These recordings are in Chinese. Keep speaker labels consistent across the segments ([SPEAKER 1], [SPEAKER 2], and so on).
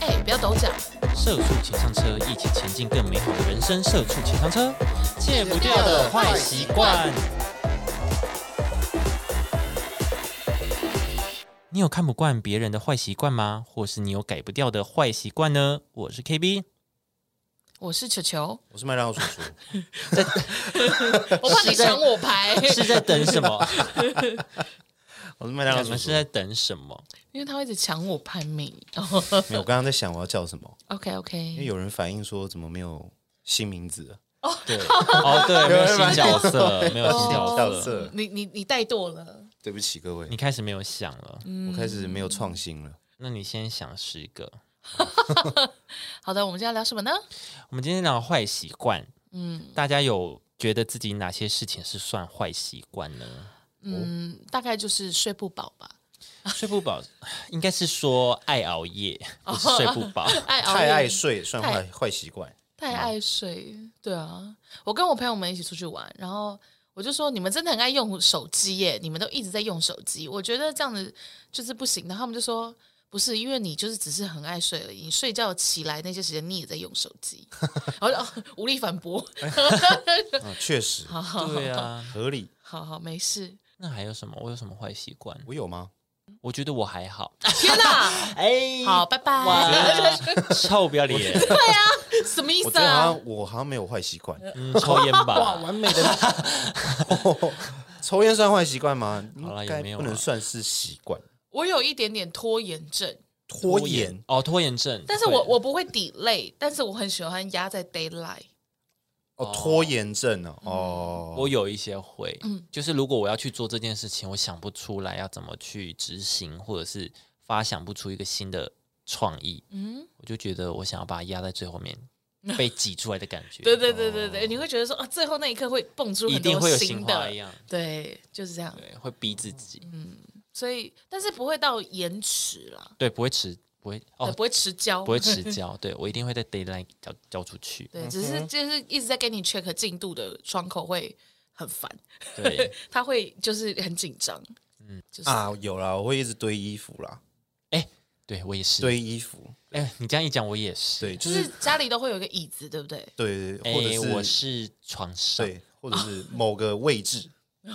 [SPEAKER 1] 哎、不要抖脚，
[SPEAKER 2] 社畜请上车，一起前进更美好的人生。社畜请上车，戒不掉的坏习惯。你有看不惯别人的坏习惯吗？或是你有改不掉的坏习惯呢？我是 KB，
[SPEAKER 1] 我是球球，
[SPEAKER 3] 我是麦当劳叔叔，
[SPEAKER 1] 我怕你抢我 牌，
[SPEAKER 2] 是在等什 么？
[SPEAKER 3] 我是麦当劳
[SPEAKER 2] 我
[SPEAKER 3] 叔
[SPEAKER 2] 们
[SPEAKER 3] 叔
[SPEAKER 2] 是。在等什么？
[SPEAKER 1] 因为他会一直抢我排名。哦
[SPEAKER 3] 没有，我刚刚在想我要叫什么，
[SPEAKER 1] OK
[SPEAKER 3] 因为
[SPEAKER 1] OK，
[SPEAKER 3] 有人反映说怎么没有新名字了，
[SPEAKER 2] 对，哦，对，没有新角色，没有新角
[SPEAKER 3] 角
[SPEAKER 2] 色，
[SPEAKER 3] 色。
[SPEAKER 1] 你你你怠惰了，
[SPEAKER 3] 对不起各位
[SPEAKER 2] 你，开始没有想了。
[SPEAKER 3] 我开始没有创新了。
[SPEAKER 2] 那你先想十个。
[SPEAKER 1] 好的，我们今天要聊什么呢？
[SPEAKER 2] 我们今天聊坏习惯，
[SPEAKER 1] 嗯
[SPEAKER 2] 大家有觉得自己哪些事情是算坏习惯呢？
[SPEAKER 1] 嗯，大概就是睡不饱吧，
[SPEAKER 2] 睡不饱，应该是说爱熬夜，不是睡不饱。
[SPEAKER 1] 爱熬
[SPEAKER 3] 太
[SPEAKER 1] 夜
[SPEAKER 3] 爱睡算坏坏习惯，
[SPEAKER 1] 太爱睡，对啊，我跟我朋友们一起出去玩，然后我就说你们真的很爱用手机耶，你们都一直在用手机，我觉得这样子就是不行的。然后他们就说不是，因为你就是只是很爱睡而已，你睡觉起来那些时间你也在用手机， 然后就、哦、无力反驳。
[SPEAKER 3] 嗯，确实
[SPEAKER 1] 好好
[SPEAKER 2] 对啊，
[SPEAKER 3] 合理。
[SPEAKER 1] 好好没 事，
[SPEAKER 2] 那还有什么？我有什么坏习惯？
[SPEAKER 3] 我有吗？
[SPEAKER 2] 我觉得我还好。
[SPEAKER 1] 天哪，
[SPEAKER 2] 哎
[SPEAKER 1] 啊好，拜
[SPEAKER 2] 哇
[SPEAKER 1] 拜，，
[SPEAKER 2] 臭不要脸，
[SPEAKER 1] 什么意
[SPEAKER 3] 我
[SPEAKER 1] 思
[SPEAKER 3] 觉得好
[SPEAKER 1] 啊？
[SPEAKER 3] 像我好像没有坏习惯。
[SPEAKER 2] 嗯，抽烟吧。
[SPEAKER 3] 完美的。抽烟算坏习惯吗？
[SPEAKER 2] 好啦
[SPEAKER 3] 应
[SPEAKER 2] 也
[SPEAKER 3] 该
[SPEAKER 2] 没有
[SPEAKER 3] 不能
[SPEAKER 2] 啦
[SPEAKER 3] 算是习惯。
[SPEAKER 1] 我有一点点拖延症，
[SPEAKER 3] 拖延
[SPEAKER 2] 哦， 拖延症。
[SPEAKER 1] 但是我
[SPEAKER 2] 对
[SPEAKER 1] 我不会 delay，但是我很喜欢压在 d a y l i g h t
[SPEAKER 3] 哦，拖延症哦，哦，
[SPEAKER 2] 我有一些会，就是如果我要去做这件事情，我想不出来要怎么去执行，或者是发想不出一个新的创意，
[SPEAKER 1] 嗯。
[SPEAKER 2] 我就觉得我想要把它压在最后面，被挤出来的感觉，
[SPEAKER 1] 对对对对对，你会觉得说啊，最后那一刻会蹦出
[SPEAKER 2] 一
[SPEAKER 1] 很
[SPEAKER 2] 定会
[SPEAKER 1] 多
[SPEAKER 2] 有新花
[SPEAKER 1] 的，
[SPEAKER 2] 样，
[SPEAKER 1] 对，就是这样。
[SPEAKER 2] 对，会逼自己，
[SPEAKER 1] 所以，但是不会到延迟啦，
[SPEAKER 2] 对，不会迟，不会
[SPEAKER 1] 对
[SPEAKER 2] 哦，
[SPEAKER 1] 不会迟交，
[SPEAKER 2] 不会迟嗯交，对我一定会在 d a y l i n e 交交出去，
[SPEAKER 1] 对，只是就是一直在给你 check 进度的窗口会很烦，
[SPEAKER 2] 对，
[SPEAKER 1] 他会就是很紧张，嗯，就是
[SPEAKER 3] 啊，有啦，我会一直堆衣服啦，
[SPEAKER 2] 哎，对我也是，
[SPEAKER 3] 堆衣服，
[SPEAKER 2] 哎，你这样一讲我也是，
[SPEAKER 3] 对，就
[SPEAKER 1] 就是是家里都会有一个椅子，对不 对
[SPEAKER 3] 对，或者
[SPEAKER 2] 哎，
[SPEAKER 3] 是
[SPEAKER 2] 我是床上，
[SPEAKER 3] 对，或者是某个位置，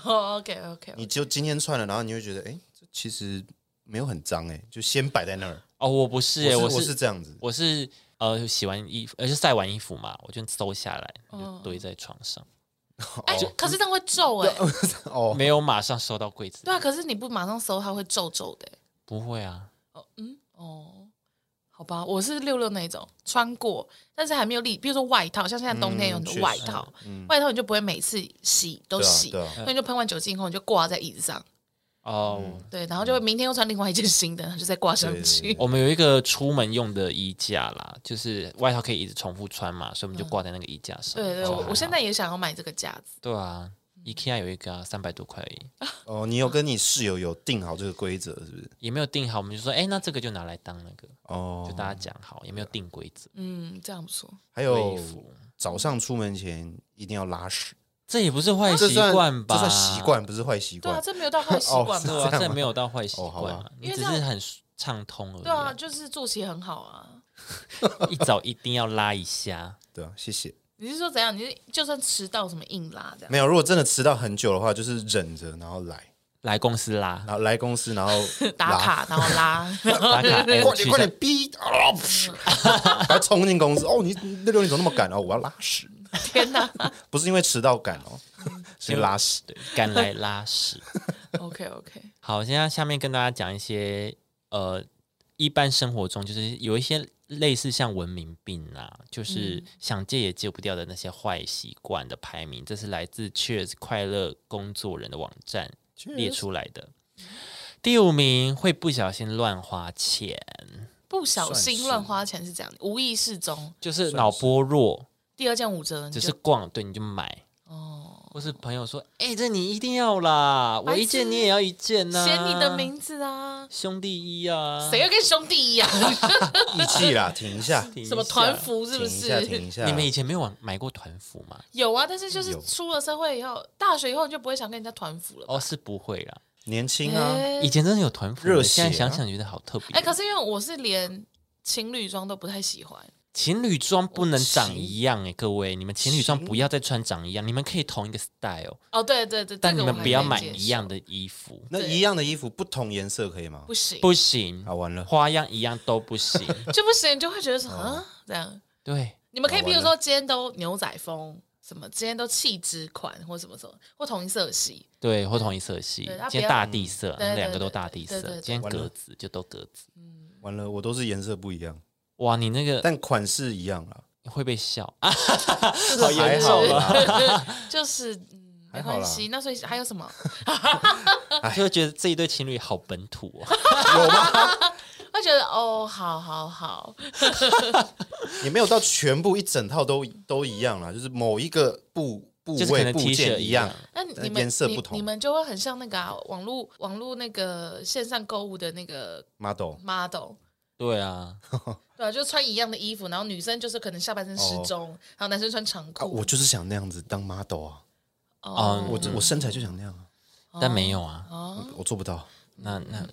[SPEAKER 2] 哦
[SPEAKER 1] ？OK OK，
[SPEAKER 3] 你就今天穿了，然后你会觉得，哎、这其实没有很脏，哎，就先摆在那儿。
[SPEAKER 2] 哦，我不是，哎，
[SPEAKER 3] 我
[SPEAKER 2] 我
[SPEAKER 3] 是我
[SPEAKER 2] 是
[SPEAKER 3] 是这样子，
[SPEAKER 2] 我是呃洗完衣服，呃就晒完衣服嘛，我就收下来，
[SPEAKER 1] 嗯
[SPEAKER 2] 就堆在床上，
[SPEAKER 1] 哎，可是这样会皱哎，
[SPEAKER 3] 哦，
[SPEAKER 2] 没有马上收到柜子
[SPEAKER 1] 对，啊，可是你不马上搜，它会皱皱的欸，
[SPEAKER 2] 不会啊，
[SPEAKER 1] 哦，好吧，我是六六那一种穿过，但是还没有立，比如说外套，像现在冬天有很多
[SPEAKER 3] 嗯确实
[SPEAKER 1] 外套，外套你就不会每次洗都
[SPEAKER 3] 对啊
[SPEAKER 1] 洗，
[SPEAKER 3] 对啊
[SPEAKER 1] 那你就喷完酒精以后你就挂在椅子上，
[SPEAKER 2] 哦，
[SPEAKER 3] 嗯
[SPEAKER 1] 对，然后就明天又穿另外一件新的，就再挂上去。
[SPEAKER 3] 对对哦
[SPEAKER 2] 我们有一个出门用的衣架啦，就是外套可以一直重复穿嘛，所以我们就挂在那个衣架上。
[SPEAKER 1] 嗯对嗯对
[SPEAKER 2] 就
[SPEAKER 1] 我
[SPEAKER 2] 还好
[SPEAKER 1] 我现在也想要买这个架子，
[SPEAKER 2] 对啊，IKEA 有一个啊三、百多块而已，
[SPEAKER 3] 哦，你有跟你室友有定好这个规则是不是？
[SPEAKER 2] 也没有定好，我们就说，哎，那这个就拿来当那个，就
[SPEAKER 3] 哦，
[SPEAKER 2] 大家讲好，也没有定规则。
[SPEAKER 1] 嗯，这样不错。
[SPEAKER 3] 还
[SPEAKER 2] 堆衣
[SPEAKER 3] 有
[SPEAKER 2] 服，
[SPEAKER 3] 早上出门前一定要拉屎，
[SPEAKER 2] 这也不是坏
[SPEAKER 3] 这
[SPEAKER 2] 习
[SPEAKER 3] 算
[SPEAKER 2] 惯吧？
[SPEAKER 3] 这算习，惯，不是坏习
[SPEAKER 1] 对啊，
[SPEAKER 3] 惯。
[SPEAKER 1] 这没有到坏
[SPEAKER 3] 哦
[SPEAKER 1] 习惯吧？
[SPEAKER 2] 对啊，这没有到坏习
[SPEAKER 3] 哦好
[SPEAKER 2] 惯
[SPEAKER 3] 吧
[SPEAKER 2] 啊，
[SPEAKER 1] 因
[SPEAKER 2] 你
[SPEAKER 1] 为
[SPEAKER 2] 只
[SPEAKER 1] 这
[SPEAKER 2] 是
[SPEAKER 1] 样
[SPEAKER 2] 很畅通而已
[SPEAKER 1] 对啊，
[SPEAKER 2] 啊。
[SPEAKER 1] 就是作息很好啊。
[SPEAKER 2] 一早一定要拉一下。
[SPEAKER 3] 对啊，谢谢。
[SPEAKER 1] 你是说怎样？你是就算迟到什么硬拉这样？
[SPEAKER 3] 没有，如果真的迟到很久的话，就是忍着，然后来，
[SPEAKER 2] 来公司拉
[SPEAKER 3] 然后来公司，然后
[SPEAKER 1] 打
[SPEAKER 3] 拉，
[SPEAKER 1] 卡然后 拉，
[SPEAKER 2] 打卡，哎我
[SPEAKER 3] 快
[SPEAKER 2] 去
[SPEAKER 3] 点
[SPEAKER 2] 一
[SPEAKER 3] 快
[SPEAKER 2] 下
[SPEAKER 3] 点逼啊！ 噗然后冲进公司，哦，你六六你怎么那么赶哦？我要拉屎，
[SPEAKER 1] 天哪！
[SPEAKER 3] 不是因为迟到赶 哦，是因为拉屎。
[SPEAKER 2] 对赶来拉屎。
[SPEAKER 1] OK OK，
[SPEAKER 2] 好，现在下面跟大家讲一些呃，一般生活中就是有一些类似像文明病啊，就是想戒也戒不掉的那些坏习惯的排名，这是来自 Cheers 快乐工作人的网站列出来的。第五名会不小心乱花钱，
[SPEAKER 1] 不小
[SPEAKER 3] 算
[SPEAKER 1] 心
[SPEAKER 3] 是
[SPEAKER 1] 乱花钱是这样，无意识中。
[SPEAKER 2] 就是脑波弱，
[SPEAKER 1] 第二件五折，你
[SPEAKER 2] 只
[SPEAKER 1] 就是
[SPEAKER 2] 逛对你就买。
[SPEAKER 1] 哦，
[SPEAKER 2] 或是朋友说：“哎、这你一定要啦，我
[SPEAKER 1] 白
[SPEAKER 2] 一件
[SPEAKER 1] 痴
[SPEAKER 2] 你也要一件呐、
[SPEAKER 1] 写你的名字啊，
[SPEAKER 2] 兄弟一啊，
[SPEAKER 1] 谁要跟兄弟一样？
[SPEAKER 3] 义气啦，停 一下，
[SPEAKER 2] 停一下 啊
[SPEAKER 1] 什么团？服是
[SPEAKER 3] 停
[SPEAKER 1] 不
[SPEAKER 3] 一下，停
[SPEAKER 1] 是？
[SPEAKER 3] 一下。
[SPEAKER 2] 你们以前没有玩买过团服吗？
[SPEAKER 1] 有啊，但是就是
[SPEAKER 3] 有
[SPEAKER 1] 出了社会以后，大学以后你就不会想跟人家团服了吧。
[SPEAKER 2] 哦，是不会啦，
[SPEAKER 3] 年轻啊，
[SPEAKER 1] 哎
[SPEAKER 2] 以前真的有团服，
[SPEAKER 3] 热血
[SPEAKER 2] 现
[SPEAKER 3] 啊
[SPEAKER 2] 在想想觉得好特别。
[SPEAKER 1] 哎，可是因为我是连情侣装都不太喜欢，
[SPEAKER 2] 情侣装不能长一样哎、各位，你们情侣装
[SPEAKER 3] 行
[SPEAKER 2] 不要再穿长一样，你们可以同一个 style，
[SPEAKER 1] 哦，对对对，
[SPEAKER 2] 但
[SPEAKER 1] 这个
[SPEAKER 2] 你们
[SPEAKER 1] 我还
[SPEAKER 2] 不要
[SPEAKER 1] 能
[SPEAKER 2] 买
[SPEAKER 1] 接受
[SPEAKER 2] 一样，的衣服，
[SPEAKER 3] 那
[SPEAKER 1] 对
[SPEAKER 3] 一样的衣服不同颜色可以吗？
[SPEAKER 1] 不行，
[SPEAKER 2] 不行，
[SPEAKER 3] 啊，完了，
[SPEAKER 2] 花样一样都不 行。
[SPEAKER 1] 就不行，就会觉得
[SPEAKER 2] 哦
[SPEAKER 1] 说啊这样。
[SPEAKER 2] 对，
[SPEAKER 1] 你们可以
[SPEAKER 3] 啊
[SPEAKER 1] 比
[SPEAKER 3] 完
[SPEAKER 1] 如
[SPEAKER 3] 了
[SPEAKER 1] 说今天都牛仔风，什么今天都气质款或什么什么，或同一色系，
[SPEAKER 2] 对，或同一色系
[SPEAKER 1] 对啊，
[SPEAKER 2] 今天大地色，
[SPEAKER 1] 不要嗯对
[SPEAKER 2] 两
[SPEAKER 1] 对
[SPEAKER 2] 个都
[SPEAKER 1] 对
[SPEAKER 2] 大地
[SPEAKER 1] 对
[SPEAKER 2] 色
[SPEAKER 1] 对，对
[SPEAKER 2] 今天
[SPEAKER 3] 完了
[SPEAKER 2] 格子就都格子。
[SPEAKER 3] 完了，我都是颜色不一样，
[SPEAKER 2] 哇，你那个
[SPEAKER 3] 但款式一样啦，
[SPEAKER 2] 会被笑啊！
[SPEAKER 3] 好
[SPEAKER 2] 严重
[SPEAKER 3] 啦，
[SPEAKER 1] 就是嗯，没
[SPEAKER 3] 还好啦
[SPEAKER 1] 关系。那所以还有什么？
[SPEAKER 2] 就会觉得这一对情侣好本土 哦。
[SPEAKER 3] 有吗？
[SPEAKER 1] 会觉得哦，好好好，
[SPEAKER 3] 也没有到全部一整套都都一样啦，就是某一个部部
[SPEAKER 2] 就是可
[SPEAKER 3] 位
[SPEAKER 2] 能
[SPEAKER 3] 部
[SPEAKER 2] T 恤
[SPEAKER 3] 件
[SPEAKER 2] 一
[SPEAKER 3] 样
[SPEAKER 2] 样，
[SPEAKER 1] 那你
[SPEAKER 3] 呃
[SPEAKER 1] 们
[SPEAKER 3] 颜色
[SPEAKER 1] 你
[SPEAKER 3] 不同
[SPEAKER 1] 你们就会很像那个、啊、网络网络那个线上购物的那个
[SPEAKER 3] model
[SPEAKER 1] model，
[SPEAKER 2] 对啊，
[SPEAKER 1] 对啊，就穿一样的衣服，然后女生就是可能下半身失
[SPEAKER 3] 哦
[SPEAKER 1] 踪，然后男生穿长
[SPEAKER 3] 啊，
[SPEAKER 1] 裤
[SPEAKER 3] 我。就是想那样子当 model 啊，
[SPEAKER 1] 哦
[SPEAKER 2] 嗯
[SPEAKER 3] 我我身材就想那样啊，
[SPEAKER 2] 但没有啊，
[SPEAKER 1] 哦，
[SPEAKER 3] 我做不到，
[SPEAKER 2] 那那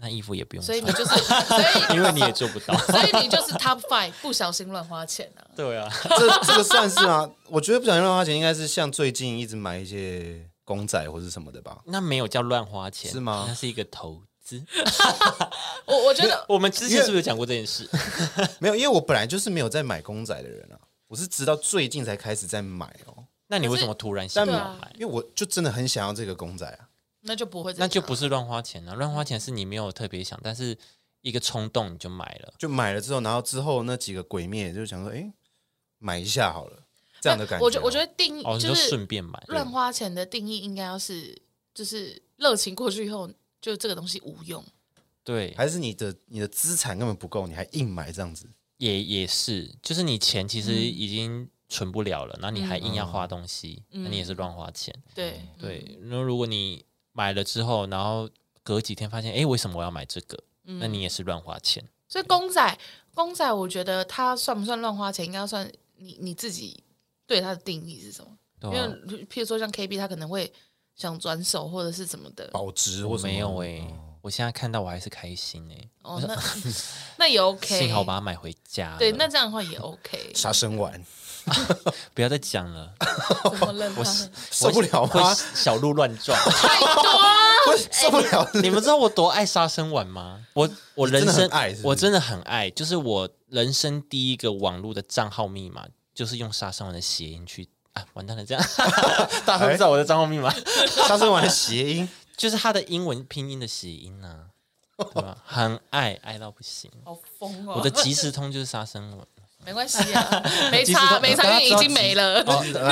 [SPEAKER 2] 那衣服也不
[SPEAKER 1] 嗯
[SPEAKER 2] 用
[SPEAKER 1] 所以
[SPEAKER 2] 穿
[SPEAKER 1] 你，就是，所以
[SPEAKER 2] 因为你也做不到。
[SPEAKER 1] 所以你就是 top five，不小心乱花钱啊。
[SPEAKER 2] 对 啊，
[SPEAKER 3] 这这个算是吗？我觉得不小心乱花钱，应该是像最近一直买一些公仔或是什么的吧。
[SPEAKER 2] 那没有叫乱花钱，
[SPEAKER 3] 是吗
[SPEAKER 2] 那是一个投资。
[SPEAKER 1] 我我觉得
[SPEAKER 2] 我们之前是不是有讲过这件事？
[SPEAKER 3] 没有，因为我本来就是没有在买公仔的人啊，我是直到最近才开始在买哦，
[SPEAKER 2] 那你为什么突然想
[SPEAKER 1] 但
[SPEAKER 2] 要买？
[SPEAKER 3] 因为我就真的很想要这个公仔啊。
[SPEAKER 1] 那就不会这样，
[SPEAKER 2] 那就不是乱花钱了、啊乱花钱是你没有特别想，但是一个冲动你就买了。
[SPEAKER 3] 就买了之后，然后之后那几个鬼灭就想说，哎，买一下好了，这样的感觉啊。
[SPEAKER 1] 哎我觉我觉得定义
[SPEAKER 2] 哦，
[SPEAKER 1] 嗯
[SPEAKER 2] 你
[SPEAKER 1] 就
[SPEAKER 2] 就是顺便买，
[SPEAKER 1] 乱花钱的定义应该要是就是热情过去以后，就这个东西无用。
[SPEAKER 2] 对，
[SPEAKER 3] 还是你的你的资产根本不够，你还硬买这样子，
[SPEAKER 2] 也也是，就是你钱其
[SPEAKER 1] 嗯
[SPEAKER 2] 实已经存不了了，然后你还硬要花东西，那你
[SPEAKER 1] 嗯
[SPEAKER 2] 也是乱花钱。
[SPEAKER 1] 对
[SPEAKER 2] 嗯
[SPEAKER 1] 嗯
[SPEAKER 2] 对，那如果你买了之后，然后隔几天发现，哎，为什么我要买这个？那
[SPEAKER 1] 嗯
[SPEAKER 2] 你也是乱花钱。
[SPEAKER 1] 所以公仔，公仔，我觉得它算不算乱花钱，应该要算你你自己对它的定义是什么？
[SPEAKER 2] 对
[SPEAKER 1] 因为
[SPEAKER 2] 啊
[SPEAKER 1] 譬如说像 KB，他可能会想转手或者是怎么的。
[SPEAKER 3] 保值
[SPEAKER 2] 我
[SPEAKER 3] 或什么
[SPEAKER 2] 没有哎、我现在看到我还是开心哎、
[SPEAKER 1] 哦，那那也 OK，
[SPEAKER 2] 幸好把它买回家了。
[SPEAKER 1] 对，那这样的话也 OK。
[SPEAKER 3] 杀生丸
[SPEAKER 2] 不要再讲了，
[SPEAKER 1] 怎么了吗？
[SPEAKER 3] 啊受不了
[SPEAKER 2] 会
[SPEAKER 3] 吗？
[SPEAKER 2] 小鹿乱撞。
[SPEAKER 1] 太多啊，
[SPEAKER 3] 我受不了，
[SPEAKER 2] 哎 你们知道我多爱杀生丸吗？我我人
[SPEAKER 3] 你真
[SPEAKER 2] 生
[SPEAKER 3] 的很爱是不是
[SPEAKER 2] 我真的很爱，就是我人生第一个网络的账号密码，就是用杀生丸的谐音去啊，完蛋了，这样大家都不知道我的账号密码，
[SPEAKER 3] 杀生丸的谐音。
[SPEAKER 2] 就是它的英文拼音的谐音啊，对吧？很爱爱到不行，
[SPEAKER 1] 好疯哦！
[SPEAKER 2] 我的即时通就是杀生丸，
[SPEAKER 1] 没关系 啊，没
[SPEAKER 2] 即时
[SPEAKER 1] 差
[SPEAKER 2] 通
[SPEAKER 1] 没
[SPEAKER 2] 大
[SPEAKER 1] 差，
[SPEAKER 2] 家
[SPEAKER 1] 因为已
[SPEAKER 2] 知道哦
[SPEAKER 1] 经没了。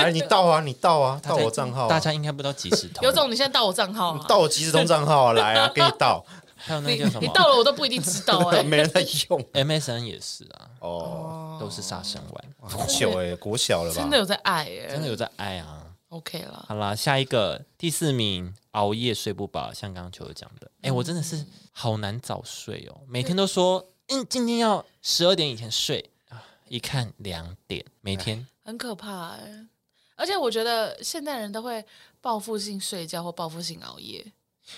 [SPEAKER 3] 来，你盗 啊，你盗啊，
[SPEAKER 2] 大
[SPEAKER 3] 盗
[SPEAKER 2] 家
[SPEAKER 3] 我账号啊，
[SPEAKER 2] 大家应该不知道即时通，
[SPEAKER 1] 有种你现在盗我账号啊！
[SPEAKER 3] 盗我即时通账号啊，来啊，给你盗，
[SPEAKER 2] 还有那
[SPEAKER 1] 你
[SPEAKER 2] 个什
[SPEAKER 1] 你
[SPEAKER 2] 么
[SPEAKER 1] 盗了我都不一定知道哎。
[SPEAKER 3] 没人在用
[SPEAKER 2] MSN 也是啊，
[SPEAKER 3] 哦，
[SPEAKER 2] 都是杀生丸，
[SPEAKER 3] 很久哎，国小了吧？
[SPEAKER 1] 真的有在爱哎，
[SPEAKER 2] 真的有在爱啊。
[SPEAKER 1] OK 啦。
[SPEAKER 2] 好啦，下一个第四名，熬夜睡不饱，像刚刚球球讲的，
[SPEAKER 1] 嗯
[SPEAKER 2] 哎、我真的是好难早睡哦，每天都说，嗯，今天要十二点以前睡啊，一看两点，每天
[SPEAKER 1] 很可怕、欸。而且我觉得现代人都会报复性睡觉或报复性熬夜，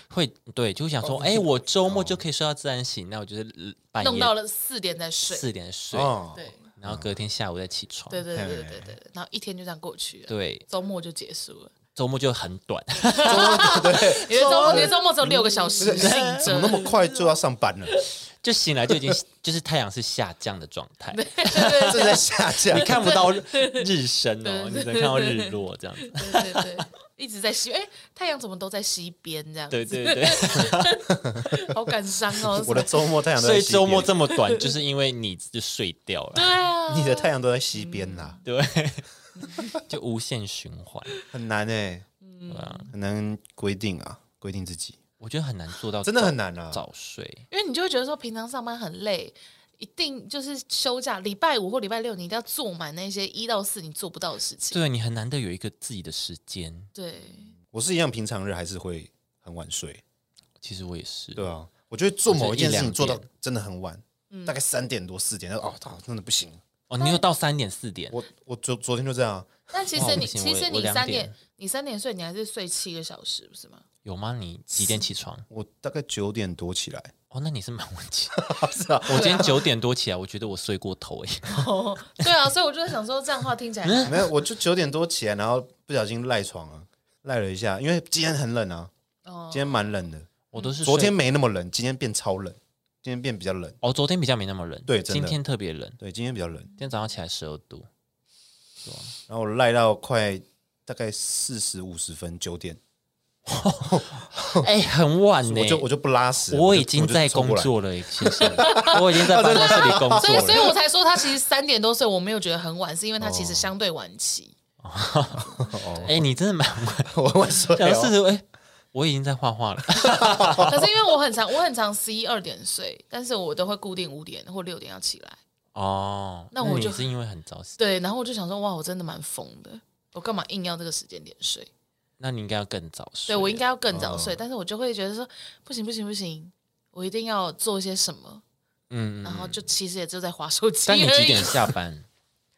[SPEAKER 2] 会对，就会想说，哎、我周末就可以睡到自然醒，那我就是呃半
[SPEAKER 1] 哦弄到
[SPEAKER 2] 夜
[SPEAKER 1] 了四点再睡。
[SPEAKER 2] 四点睡，
[SPEAKER 3] 哦，
[SPEAKER 1] 对
[SPEAKER 2] 然后隔天下午再起床，
[SPEAKER 1] 对对对对对对，然后一天就这样过去了，
[SPEAKER 2] 对，
[SPEAKER 1] 周末就结束了。
[SPEAKER 2] 周末就很短，
[SPEAKER 1] 因为周末，因为周末只有六个小时，
[SPEAKER 3] 是
[SPEAKER 1] 醒
[SPEAKER 3] 怎么
[SPEAKER 1] 着。
[SPEAKER 3] 那么快就要上班了？
[SPEAKER 2] 就醒来就已经 就是太阳是下降的状 态，
[SPEAKER 3] 正在下架
[SPEAKER 2] 啊你，看不到日 日升哦，
[SPEAKER 1] 对
[SPEAKER 2] 你只能看到日落这样子，
[SPEAKER 1] 对对对，一直在西，哎、太阳怎么都在西边这样？
[SPEAKER 2] 对对对。
[SPEAKER 1] 好感伤哦。
[SPEAKER 3] 我的周末太阳都
[SPEAKER 2] 所
[SPEAKER 3] 在
[SPEAKER 2] 以
[SPEAKER 3] 西
[SPEAKER 2] 周末
[SPEAKER 3] 边，
[SPEAKER 2] 这么短， 就是因为你就睡掉
[SPEAKER 1] 对
[SPEAKER 2] 了，
[SPEAKER 1] 啊，
[SPEAKER 3] 你的太阳都在西边啦，
[SPEAKER 2] 对，就无限循环，
[SPEAKER 3] 很难哎，
[SPEAKER 2] 对啊，
[SPEAKER 3] 很难规定啊，规定自己
[SPEAKER 2] 我觉得很难做到，
[SPEAKER 3] 真的很难啊。
[SPEAKER 2] 哦早睡，
[SPEAKER 1] 因为你就会觉得说，平常上班很累，一定就是休假，礼拜五或礼拜六你一定要做满那些一到四你做不到的事情。
[SPEAKER 2] 对你很难得有一个自己的时间。
[SPEAKER 1] 对，
[SPEAKER 3] 我是一样，平常日还是会很晚睡，
[SPEAKER 2] 其实我也是，
[SPEAKER 3] 对啊，我觉得做某一件事
[SPEAKER 2] 我
[SPEAKER 3] 情
[SPEAKER 2] 就
[SPEAKER 3] 做
[SPEAKER 2] 嗯一两点嗯
[SPEAKER 3] 到真的很晚，大概三点多四点，哦，操真的不行，
[SPEAKER 2] 哦，你又到三点四点，
[SPEAKER 3] 我我昨昨天就这样啊，
[SPEAKER 1] 但其
[SPEAKER 2] 哇
[SPEAKER 1] 实你
[SPEAKER 2] 不行
[SPEAKER 1] 其
[SPEAKER 2] 我
[SPEAKER 1] 实
[SPEAKER 2] 我
[SPEAKER 1] 你
[SPEAKER 2] 两
[SPEAKER 1] 三
[SPEAKER 2] 点
[SPEAKER 1] 点你三点睡，你还是睡七个小时，不是吗？
[SPEAKER 2] 有吗？你几点起床？
[SPEAKER 3] 我大概九点多起来，
[SPEAKER 2] 哦，那你是蛮晚起。
[SPEAKER 3] 是啊，
[SPEAKER 2] 我今天九点多起来，我觉得我睡过头 哎。
[SPEAKER 1] 哦， 对啊，所以我就在想说，这样的话听起来
[SPEAKER 2] 嗯
[SPEAKER 1] 还，
[SPEAKER 3] 没有，我就九点多起来，然后不小心赖床啊，赖了一下，因为今天很冷啊，
[SPEAKER 1] 哦
[SPEAKER 3] 今，天蛮冷的，
[SPEAKER 2] 我哦都是
[SPEAKER 3] 昨
[SPEAKER 2] 睡
[SPEAKER 3] 天没那么冷，今天变超冷，今天变比较冷，
[SPEAKER 2] 哦，昨天比较没那么冷，
[SPEAKER 3] 对真
[SPEAKER 2] 今
[SPEAKER 3] 的
[SPEAKER 2] 天特别冷。
[SPEAKER 3] 对，今天比较冷，
[SPEAKER 2] 今天早上起来十二 度，
[SPEAKER 3] 然后我赖到快大概四十五十分九点，
[SPEAKER 2] 哎、很晚呢、
[SPEAKER 3] 我就我就不拉屎，
[SPEAKER 2] 我
[SPEAKER 3] 就
[SPEAKER 2] 已经
[SPEAKER 3] 就
[SPEAKER 2] 在
[SPEAKER 3] 冲
[SPEAKER 2] 工
[SPEAKER 3] 过来，
[SPEAKER 2] 作了、欸，先 生，我已经在办公室里工
[SPEAKER 1] 所以，
[SPEAKER 2] 作
[SPEAKER 1] 所以
[SPEAKER 2] 了。
[SPEAKER 1] 我才说他其实三点多睡，我没有觉得很晚，是因为他
[SPEAKER 2] 哦
[SPEAKER 1] 其实相对晚 起。
[SPEAKER 2] 哎、你真的蛮晚，
[SPEAKER 3] 我我说
[SPEAKER 2] 讲四十，哎，我已经在画 画了。
[SPEAKER 1] 可是因为我很常，我很常十一二点睡，但是我都会固定五点或六点要起来。
[SPEAKER 2] 哦，
[SPEAKER 1] 那我就
[SPEAKER 2] 你是因为很早死，
[SPEAKER 1] 对，然后我就想说，哇，我真的蛮疯的，我干嘛硬要这个时间点睡？
[SPEAKER 2] 那你应该要更早睡。
[SPEAKER 1] 对我应该要更早
[SPEAKER 2] 哦
[SPEAKER 1] 睡，但是我就会觉得说，不行不行不行，我一定要做些什么，
[SPEAKER 2] 嗯，嗯
[SPEAKER 1] 然
[SPEAKER 2] 嗯。
[SPEAKER 1] 后就其实也就在划手机而
[SPEAKER 2] 但
[SPEAKER 1] 已。
[SPEAKER 2] 你几点下 班？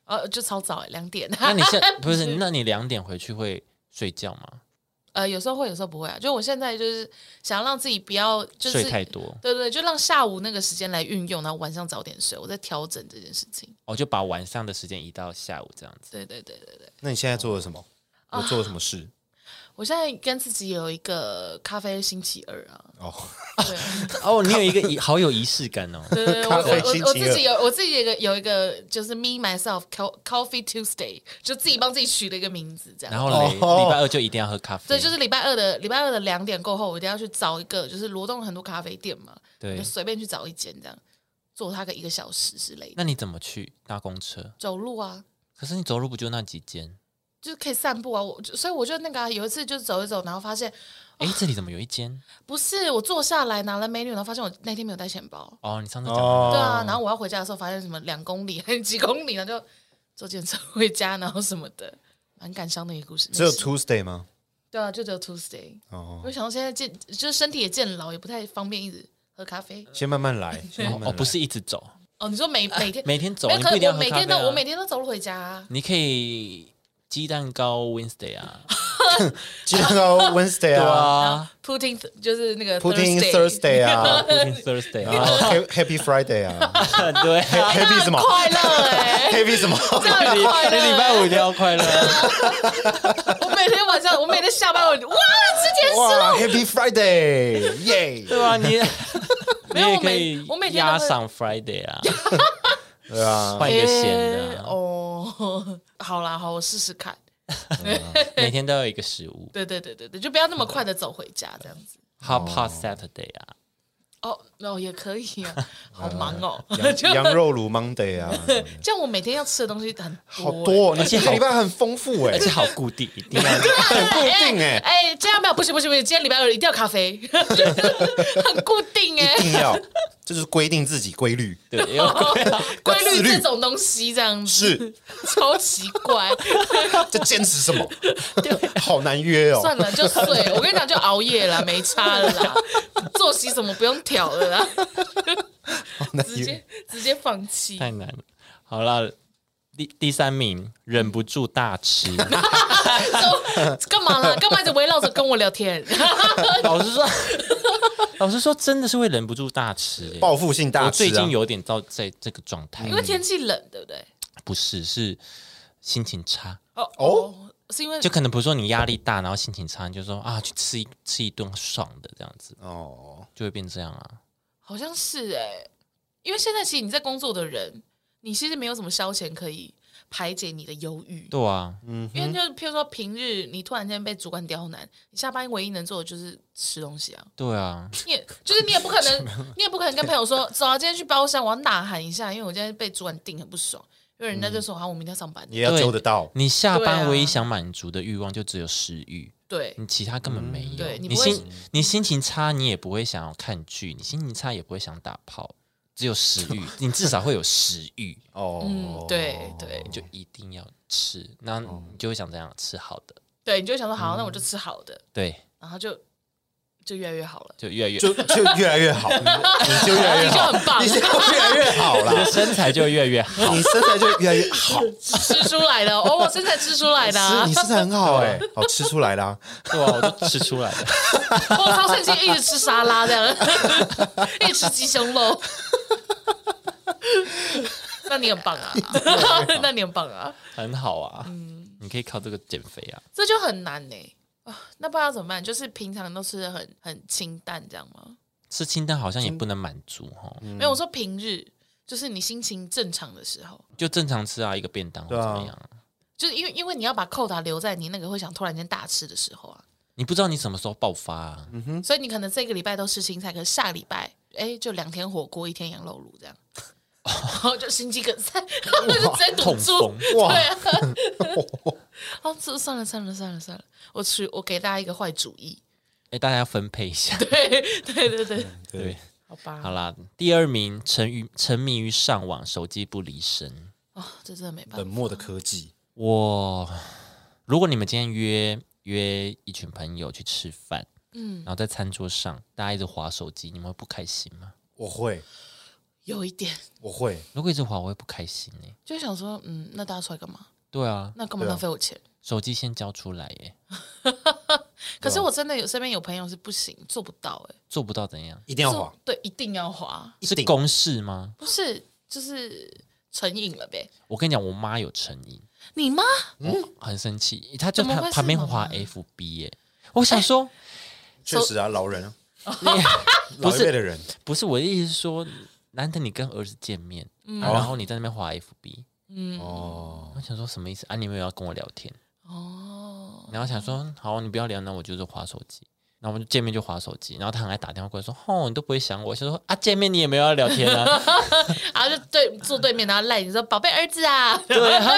[SPEAKER 1] 呃，就超早、欸，两点。
[SPEAKER 2] 那你现不是？那你两点回去会睡觉吗？
[SPEAKER 1] 呃，有时候会，有时候不会啊。就我现在就是想要让自己不要，就是
[SPEAKER 2] 睡太多，
[SPEAKER 1] 对对，就让下午那个时间来运用，然后晚上早点睡。我在调整这件事情。
[SPEAKER 2] 哦，就把晚上的时间移到下午这样子。
[SPEAKER 1] 对对对对对，
[SPEAKER 3] 那你现在做了什么？有做了什么事？
[SPEAKER 1] 我现在跟自己有一个咖啡星期二 啊。
[SPEAKER 3] 哦，
[SPEAKER 1] 对
[SPEAKER 2] 哦，你有一个仪好有仪式感哦。
[SPEAKER 1] 对对，对我
[SPEAKER 3] 咖
[SPEAKER 1] 我
[SPEAKER 3] 啡星
[SPEAKER 1] 我我
[SPEAKER 3] 期
[SPEAKER 1] 自己有我自己有一个有一个就是 me myself co- coffee Tuesday，就自己帮自己取了一个名字这样。
[SPEAKER 2] 然后嘞，
[SPEAKER 3] 哦
[SPEAKER 2] 礼拜二就一定要喝咖啡。
[SPEAKER 1] 对，就是礼拜二的礼拜二的两点过后，我一定要去找一个，就是罗东有很多咖啡店嘛，我
[SPEAKER 2] 对
[SPEAKER 1] 就。随便去找一间这样，坐它个一个小时之类的，
[SPEAKER 2] 那你怎么去搭公车？
[SPEAKER 1] 走路啊，
[SPEAKER 2] 可是你走路不就那几间？
[SPEAKER 1] 就是可以散步啊。我就所以我就那个、啊、有一次就走一走，然后发现
[SPEAKER 2] 哎，这里怎么有一间？
[SPEAKER 1] 不是我坐下来拿了 menu，然后发现我那天没有带钱包，
[SPEAKER 2] 哦，你上次讲的
[SPEAKER 3] 哦，
[SPEAKER 1] 对啊，然后我要回家的时候发现什么两公里还是几公里，然后就坐电车回家，然后什么的，蛮感伤的一个故事。
[SPEAKER 3] 只有
[SPEAKER 1] 没事
[SPEAKER 3] Tuesday 吗？
[SPEAKER 1] 对啊，就只有 Tuesday。
[SPEAKER 3] 哦，
[SPEAKER 1] 我想到现在健就是身体也渐老，也不太方便一直喝咖啡。
[SPEAKER 3] 先慢 慢来，先慢慢
[SPEAKER 2] 那
[SPEAKER 3] 来
[SPEAKER 2] 哦，不是一直走，
[SPEAKER 1] 哦，你说每每天
[SPEAKER 2] 每天走，
[SPEAKER 1] 没有
[SPEAKER 2] 你
[SPEAKER 1] 可
[SPEAKER 2] 不一定要
[SPEAKER 1] 我
[SPEAKER 2] 喝
[SPEAKER 1] 每
[SPEAKER 2] 咖啡
[SPEAKER 1] 天都
[SPEAKER 2] 啊
[SPEAKER 1] 我每天都走路回家、啊。
[SPEAKER 2] 你可以鸡蛋糕 Wednesday 啊，
[SPEAKER 3] 今天到 Wednesday 啊
[SPEAKER 2] 啊
[SPEAKER 1] Putting 就是那个
[SPEAKER 3] ，Pudding Thursday 啊，
[SPEAKER 2] ，Pudding Thursday
[SPEAKER 3] 然
[SPEAKER 2] 啊，
[SPEAKER 3] 后 Happy Friday 啊
[SPEAKER 2] 对啊，
[SPEAKER 3] ，Happy 什么
[SPEAKER 1] 快乐哎、
[SPEAKER 3] ？Happy 什么？
[SPEAKER 1] 这样很
[SPEAKER 2] 你
[SPEAKER 1] 快乐、
[SPEAKER 2] 你礼拜五一定要快乐，啊
[SPEAKER 1] 我每天晚上，我每天下班我哇吃甜食了。
[SPEAKER 3] 哇，Happy Friday，耶！
[SPEAKER 2] 对吧？你你
[SPEAKER 1] 没有
[SPEAKER 2] 也
[SPEAKER 1] 我
[SPEAKER 2] 可
[SPEAKER 1] 每
[SPEAKER 2] 以
[SPEAKER 1] 我每天
[SPEAKER 2] 压
[SPEAKER 1] 都会
[SPEAKER 2] 上 Friday 啊，
[SPEAKER 3] 对啊，
[SPEAKER 2] 换一个咸的
[SPEAKER 1] 哎
[SPEAKER 2] 啊，
[SPEAKER 1] 哦，好啦，好，我试试看。
[SPEAKER 2] 每天都有一个食物
[SPEAKER 1] 对对对对对，就不要那么快的走回家这样子。
[SPEAKER 2] ，Hot Pot Saturday 啊，
[SPEAKER 1] 哦，那、也可以啊，好忙哦。
[SPEAKER 3] 羊羊肉炉 Monday 啊，
[SPEAKER 1] 这样我每天要吃的东西很
[SPEAKER 3] 好
[SPEAKER 1] 多、
[SPEAKER 3] 多，你
[SPEAKER 2] 而且
[SPEAKER 3] 这
[SPEAKER 2] 好
[SPEAKER 3] 个礼拜很丰富哎
[SPEAKER 2] 而，且好固定，一定要
[SPEAKER 3] 很固定哎，
[SPEAKER 1] 哎、这样没有，不行不行不行，今天礼拜二一定要咖啡，很固定哎、
[SPEAKER 3] 一定要，这就是规定自己规律，
[SPEAKER 2] 对，有
[SPEAKER 1] 规
[SPEAKER 3] 要自
[SPEAKER 1] 律
[SPEAKER 3] 律
[SPEAKER 1] 这种东西这样子，
[SPEAKER 3] 是
[SPEAKER 1] 超奇怪。
[SPEAKER 3] 在坚持什么？ 好难约哦。
[SPEAKER 1] 算了，就睡。我跟你讲，就熬夜啦，没差了啦，作息什么不用调了啦，
[SPEAKER 3] 难约
[SPEAKER 1] 直接直接放弃。
[SPEAKER 2] 太难了。好了，第第三名忍不住大 吃。
[SPEAKER 1] 说干嘛啦？干嘛一直围绕着跟我聊天？
[SPEAKER 2] 老实说，老实说，真的是会忍不住大吃、欸。
[SPEAKER 3] 报复性大
[SPEAKER 2] 我
[SPEAKER 3] 吃啊嗯
[SPEAKER 2] 最近有点到在这个状态
[SPEAKER 1] 因，为天气冷，对不对？
[SPEAKER 2] 不是是心情差，
[SPEAKER 1] 哦哦，是因为
[SPEAKER 2] 就可能比如说你压力大，然后心情差，你就说啊去吃一吃一顿爽的这样子，
[SPEAKER 3] 哦，
[SPEAKER 2] 就会变这样啊。
[SPEAKER 1] 好像是哎、因为现在其实你在工作的人，你其实没有什么消遣可以排解你的忧郁。
[SPEAKER 2] 对啊，
[SPEAKER 3] 嗯
[SPEAKER 1] 因为就是譬如说平日你突然间被主管刁难，你下班唯一能做的就是吃东西啊。
[SPEAKER 2] 对啊，
[SPEAKER 1] 你也就是你也不可 能，你也不可能跟朋友说，走啊，今天去包厢，我要呐喊一下，因为我今天被主管定很不爽，因为人家
[SPEAKER 3] 嗯
[SPEAKER 1] 就说，好、我明天要上班。
[SPEAKER 3] 也要
[SPEAKER 2] 对
[SPEAKER 3] 揪得到，
[SPEAKER 2] 你下
[SPEAKER 1] 对
[SPEAKER 2] 班
[SPEAKER 1] 啊
[SPEAKER 2] 唯一想满足的欲望就只有食欲。
[SPEAKER 1] 对
[SPEAKER 3] 嗯
[SPEAKER 2] 你其他根本没有，
[SPEAKER 1] 对你
[SPEAKER 2] 你
[SPEAKER 1] 不会
[SPEAKER 2] 心你心情差，你也不会想要看剧，你心情差也不会想打炮，只有食 欲，你至少会有食欲。
[SPEAKER 3] 哦，
[SPEAKER 1] 嗯对对
[SPEAKER 2] 就一定要吃，那
[SPEAKER 3] 哦
[SPEAKER 2] 你就会想这样吃好的，
[SPEAKER 1] 对，你就会想说，好，那我就吃好的，
[SPEAKER 2] 对，
[SPEAKER 1] 然后就就越来越好了，
[SPEAKER 2] 就越来越
[SPEAKER 3] 就就越来越好，你就越来
[SPEAKER 1] 你
[SPEAKER 3] 越
[SPEAKER 1] 就
[SPEAKER 3] 好，
[SPEAKER 1] 很棒
[SPEAKER 3] 你。就越来越好
[SPEAKER 2] 你的
[SPEAKER 3] 啦，
[SPEAKER 2] 身材就越来越好。
[SPEAKER 3] 你身材就越来越好，
[SPEAKER 1] 吃出来的哦，我身材吃出来的、
[SPEAKER 3] 吃
[SPEAKER 1] 啊
[SPEAKER 3] 你，身材很好哎、好吃出来啦、
[SPEAKER 2] 对啊，我就吃出来了。
[SPEAKER 1] 我超生气，一直吃沙拉这样， 一直吃鸡胸肉。 那你很棒啊，那你很棒啊，
[SPEAKER 2] 很好啊，你可以靠这个减肥啊。
[SPEAKER 1] 这就很难呢、啊，那不知道怎么办，就是平常都吃的很很清淡这样吗？
[SPEAKER 2] 吃清淡好像也不能满足哈，
[SPEAKER 1] 没有，我说平日就是你心情正常的时候，
[SPEAKER 2] 就正常吃啊，一个便当或
[SPEAKER 3] 对啊
[SPEAKER 2] 怎么样啊。
[SPEAKER 1] 就是因为因为你要把扣打留在你那个会想突然间大吃的时候啊，
[SPEAKER 2] 你不知道你什么时候爆发啊？
[SPEAKER 1] 所以你可能这个礼拜都吃青菜，可是下礼拜哎就两天火锅一天羊肉炉 这样，然后就心肌梗塞，然后 就直接堵
[SPEAKER 2] 痛
[SPEAKER 1] 住
[SPEAKER 2] 风，
[SPEAKER 3] 哇
[SPEAKER 1] 对啊，哦，这算了算了算了算了，我去，我给大家一个坏主意，
[SPEAKER 2] 哎，大家要分配一下。
[SPEAKER 1] 对对对对，
[SPEAKER 2] 对，
[SPEAKER 1] 好吧，
[SPEAKER 2] 好啦，第二名，沉于沉迷于上网，手机不离身。
[SPEAKER 1] 哦，这真的没办
[SPEAKER 3] 冷
[SPEAKER 1] 法，
[SPEAKER 3] 漠的科技，
[SPEAKER 2] 我，如果你们今天约约一群朋友去吃饭，嗯，然后在餐桌上大家一直划手机，你们会不开心吗？
[SPEAKER 3] 我会，
[SPEAKER 1] 有一点
[SPEAKER 3] 我会，
[SPEAKER 2] 如果一直划，我会不开心呢、
[SPEAKER 1] 就想说，嗯，那大家出来干嘛？
[SPEAKER 2] 对啊，
[SPEAKER 1] 那干嘛
[SPEAKER 3] 对啊啊
[SPEAKER 1] 浪费我钱？
[SPEAKER 2] 手机先交出来欸耶、
[SPEAKER 1] 可是我真的有身边有朋友是不行，做不到哎、
[SPEAKER 2] 做不到怎样？
[SPEAKER 3] 一定要
[SPEAKER 1] 做
[SPEAKER 3] 滑，
[SPEAKER 1] 对，一定要滑，
[SPEAKER 3] 一
[SPEAKER 2] 是
[SPEAKER 3] 定
[SPEAKER 2] 公式吗？
[SPEAKER 1] 不是就是成瘾了呗？
[SPEAKER 2] 我跟你讲，我妈有成瘾，
[SPEAKER 1] 你妈
[SPEAKER 2] 很生气，她就
[SPEAKER 1] 怎么会
[SPEAKER 2] 旁
[SPEAKER 1] 是
[SPEAKER 2] 旁边
[SPEAKER 1] 妈
[SPEAKER 2] 滑
[SPEAKER 1] 妈
[SPEAKER 2] FB 耶、我想说，
[SPEAKER 3] 确实啊，老人啊，
[SPEAKER 2] 不
[SPEAKER 3] 老一
[SPEAKER 2] 是
[SPEAKER 3] 辈的人，
[SPEAKER 2] 不是我的意思是说，难得你跟儿子见面，
[SPEAKER 1] 嗯
[SPEAKER 2] 然后你在那边滑 FB，
[SPEAKER 3] 哦，
[SPEAKER 2] 我想说什么意思啊？你没有要跟我聊天，
[SPEAKER 1] 哦，
[SPEAKER 2] 然后想说好，你不要聊，那我就是滑手机。然后我们就见面就滑手机，然后他很爱打电话过来说：“哦，你都不会想我。”想说啊，见面你也没有要聊天啊，
[SPEAKER 1] 然后就对坐对面，然后赖你说宝贝儿子啊，
[SPEAKER 2] 对啊，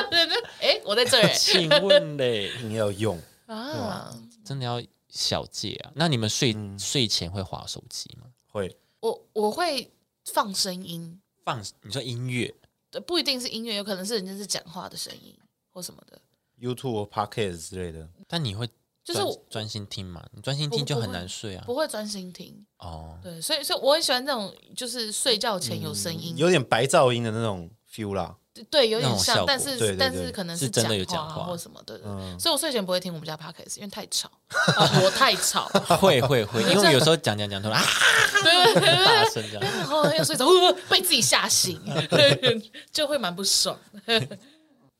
[SPEAKER 1] 哎，我在这儿、 欸、
[SPEAKER 2] 请问嘞，
[SPEAKER 3] 硬要用，
[SPEAKER 1] 啊，
[SPEAKER 2] 真的要小戒啊？那你们睡、睡前会滑手机吗？
[SPEAKER 3] 会，
[SPEAKER 1] 我我会放声音，
[SPEAKER 2] 放你说音乐，
[SPEAKER 1] 对，不一定是音乐，有可能是人家是讲话的声音或什么的。
[SPEAKER 3] YouTube、Podcast 之类的，
[SPEAKER 2] 但你会
[SPEAKER 1] 就是
[SPEAKER 2] 专
[SPEAKER 1] 我
[SPEAKER 2] 专心听嘛？你专心
[SPEAKER 1] 不
[SPEAKER 2] 听就
[SPEAKER 1] 不
[SPEAKER 2] 很
[SPEAKER 1] 会
[SPEAKER 2] 难睡啊
[SPEAKER 1] 不。会专心听，
[SPEAKER 2] 哦，
[SPEAKER 1] 对，所以所以我很喜欢那种就是睡觉前有声音，
[SPEAKER 3] 有点白噪音的那种 feel 啦。
[SPEAKER 1] 对，有
[SPEAKER 2] 嗯那
[SPEAKER 1] 点
[SPEAKER 2] 种效
[SPEAKER 1] 像
[SPEAKER 2] 果，
[SPEAKER 1] 但是
[SPEAKER 3] 对对
[SPEAKER 1] 但
[SPEAKER 3] 对
[SPEAKER 1] 是可能
[SPEAKER 2] 是真的有
[SPEAKER 1] 讲
[SPEAKER 2] 讲话
[SPEAKER 1] 啊或什么，对对对
[SPEAKER 3] 嗯
[SPEAKER 1] 所以我睡前不会听我们家 podcast，因为太吵， 啊我太吵，
[SPEAKER 2] 会会 会，因为有时候讲讲讲突然啊，
[SPEAKER 1] 对对对
[SPEAKER 2] 很大声这样。
[SPEAKER 1] 然后又睡着，呃被自己吓醒， 就会蛮不爽。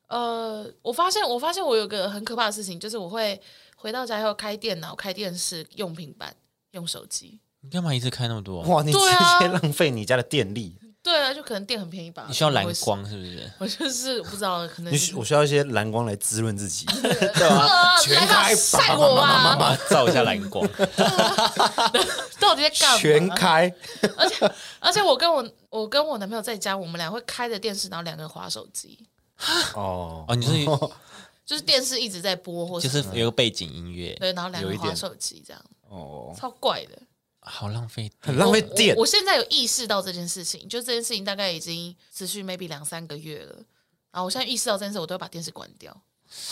[SPEAKER 1] 呃，我发现，我发现我有个很可怕的事情，就是我会回到家以后开电脑、开电视、用平板、用手机。
[SPEAKER 2] 你干嘛一直开那么多？
[SPEAKER 3] 哇，你直
[SPEAKER 1] 对啊
[SPEAKER 3] 接浪费你家的电力，
[SPEAKER 1] 对啊，就可能电很便宜吧。
[SPEAKER 2] 你需要蓝
[SPEAKER 1] 我也是，
[SPEAKER 2] 光是 不是？
[SPEAKER 1] 我就是不知道，可能
[SPEAKER 3] 你需我需要一些蓝光来滋润自己，对
[SPEAKER 1] 啊
[SPEAKER 3] 吧？
[SPEAKER 1] 来
[SPEAKER 3] 全
[SPEAKER 1] 吧
[SPEAKER 3] 开，
[SPEAKER 1] 晒我吧
[SPEAKER 2] 妈照一下蓝光，
[SPEAKER 1] 到底在干嘛？
[SPEAKER 3] 全开，
[SPEAKER 1] 而且而且我跟我我跟我男朋友在家，我们俩会开着电视，然后两个人划手机，
[SPEAKER 3] 哦
[SPEAKER 2] 哦，你是
[SPEAKER 1] 就是电视一直在播，或
[SPEAKER 2] 就是是有个背景音乐，
[SPEAKER 1] 对，然后两个
[SPEAKER 3] 有一
[SPEAKER 1] 人划
[SPEAKER 3] 点
[SPEAKER 1] 手机这样，
[SPEAKER 3] 哦，
[SPEAKER 1] 超怪的。
[SPEAKER 2] 好浪费电。
[SPEAKER 3] 很浪费
[SPEAKER 1] 我
[SPEAKER 3] 电
[SPEAKER 1] 我。我现在有意识到这件事情，就这件事情大概已经持续 maybe 两三个月了。然后我现在意识到这件事，我都会把电视关掉，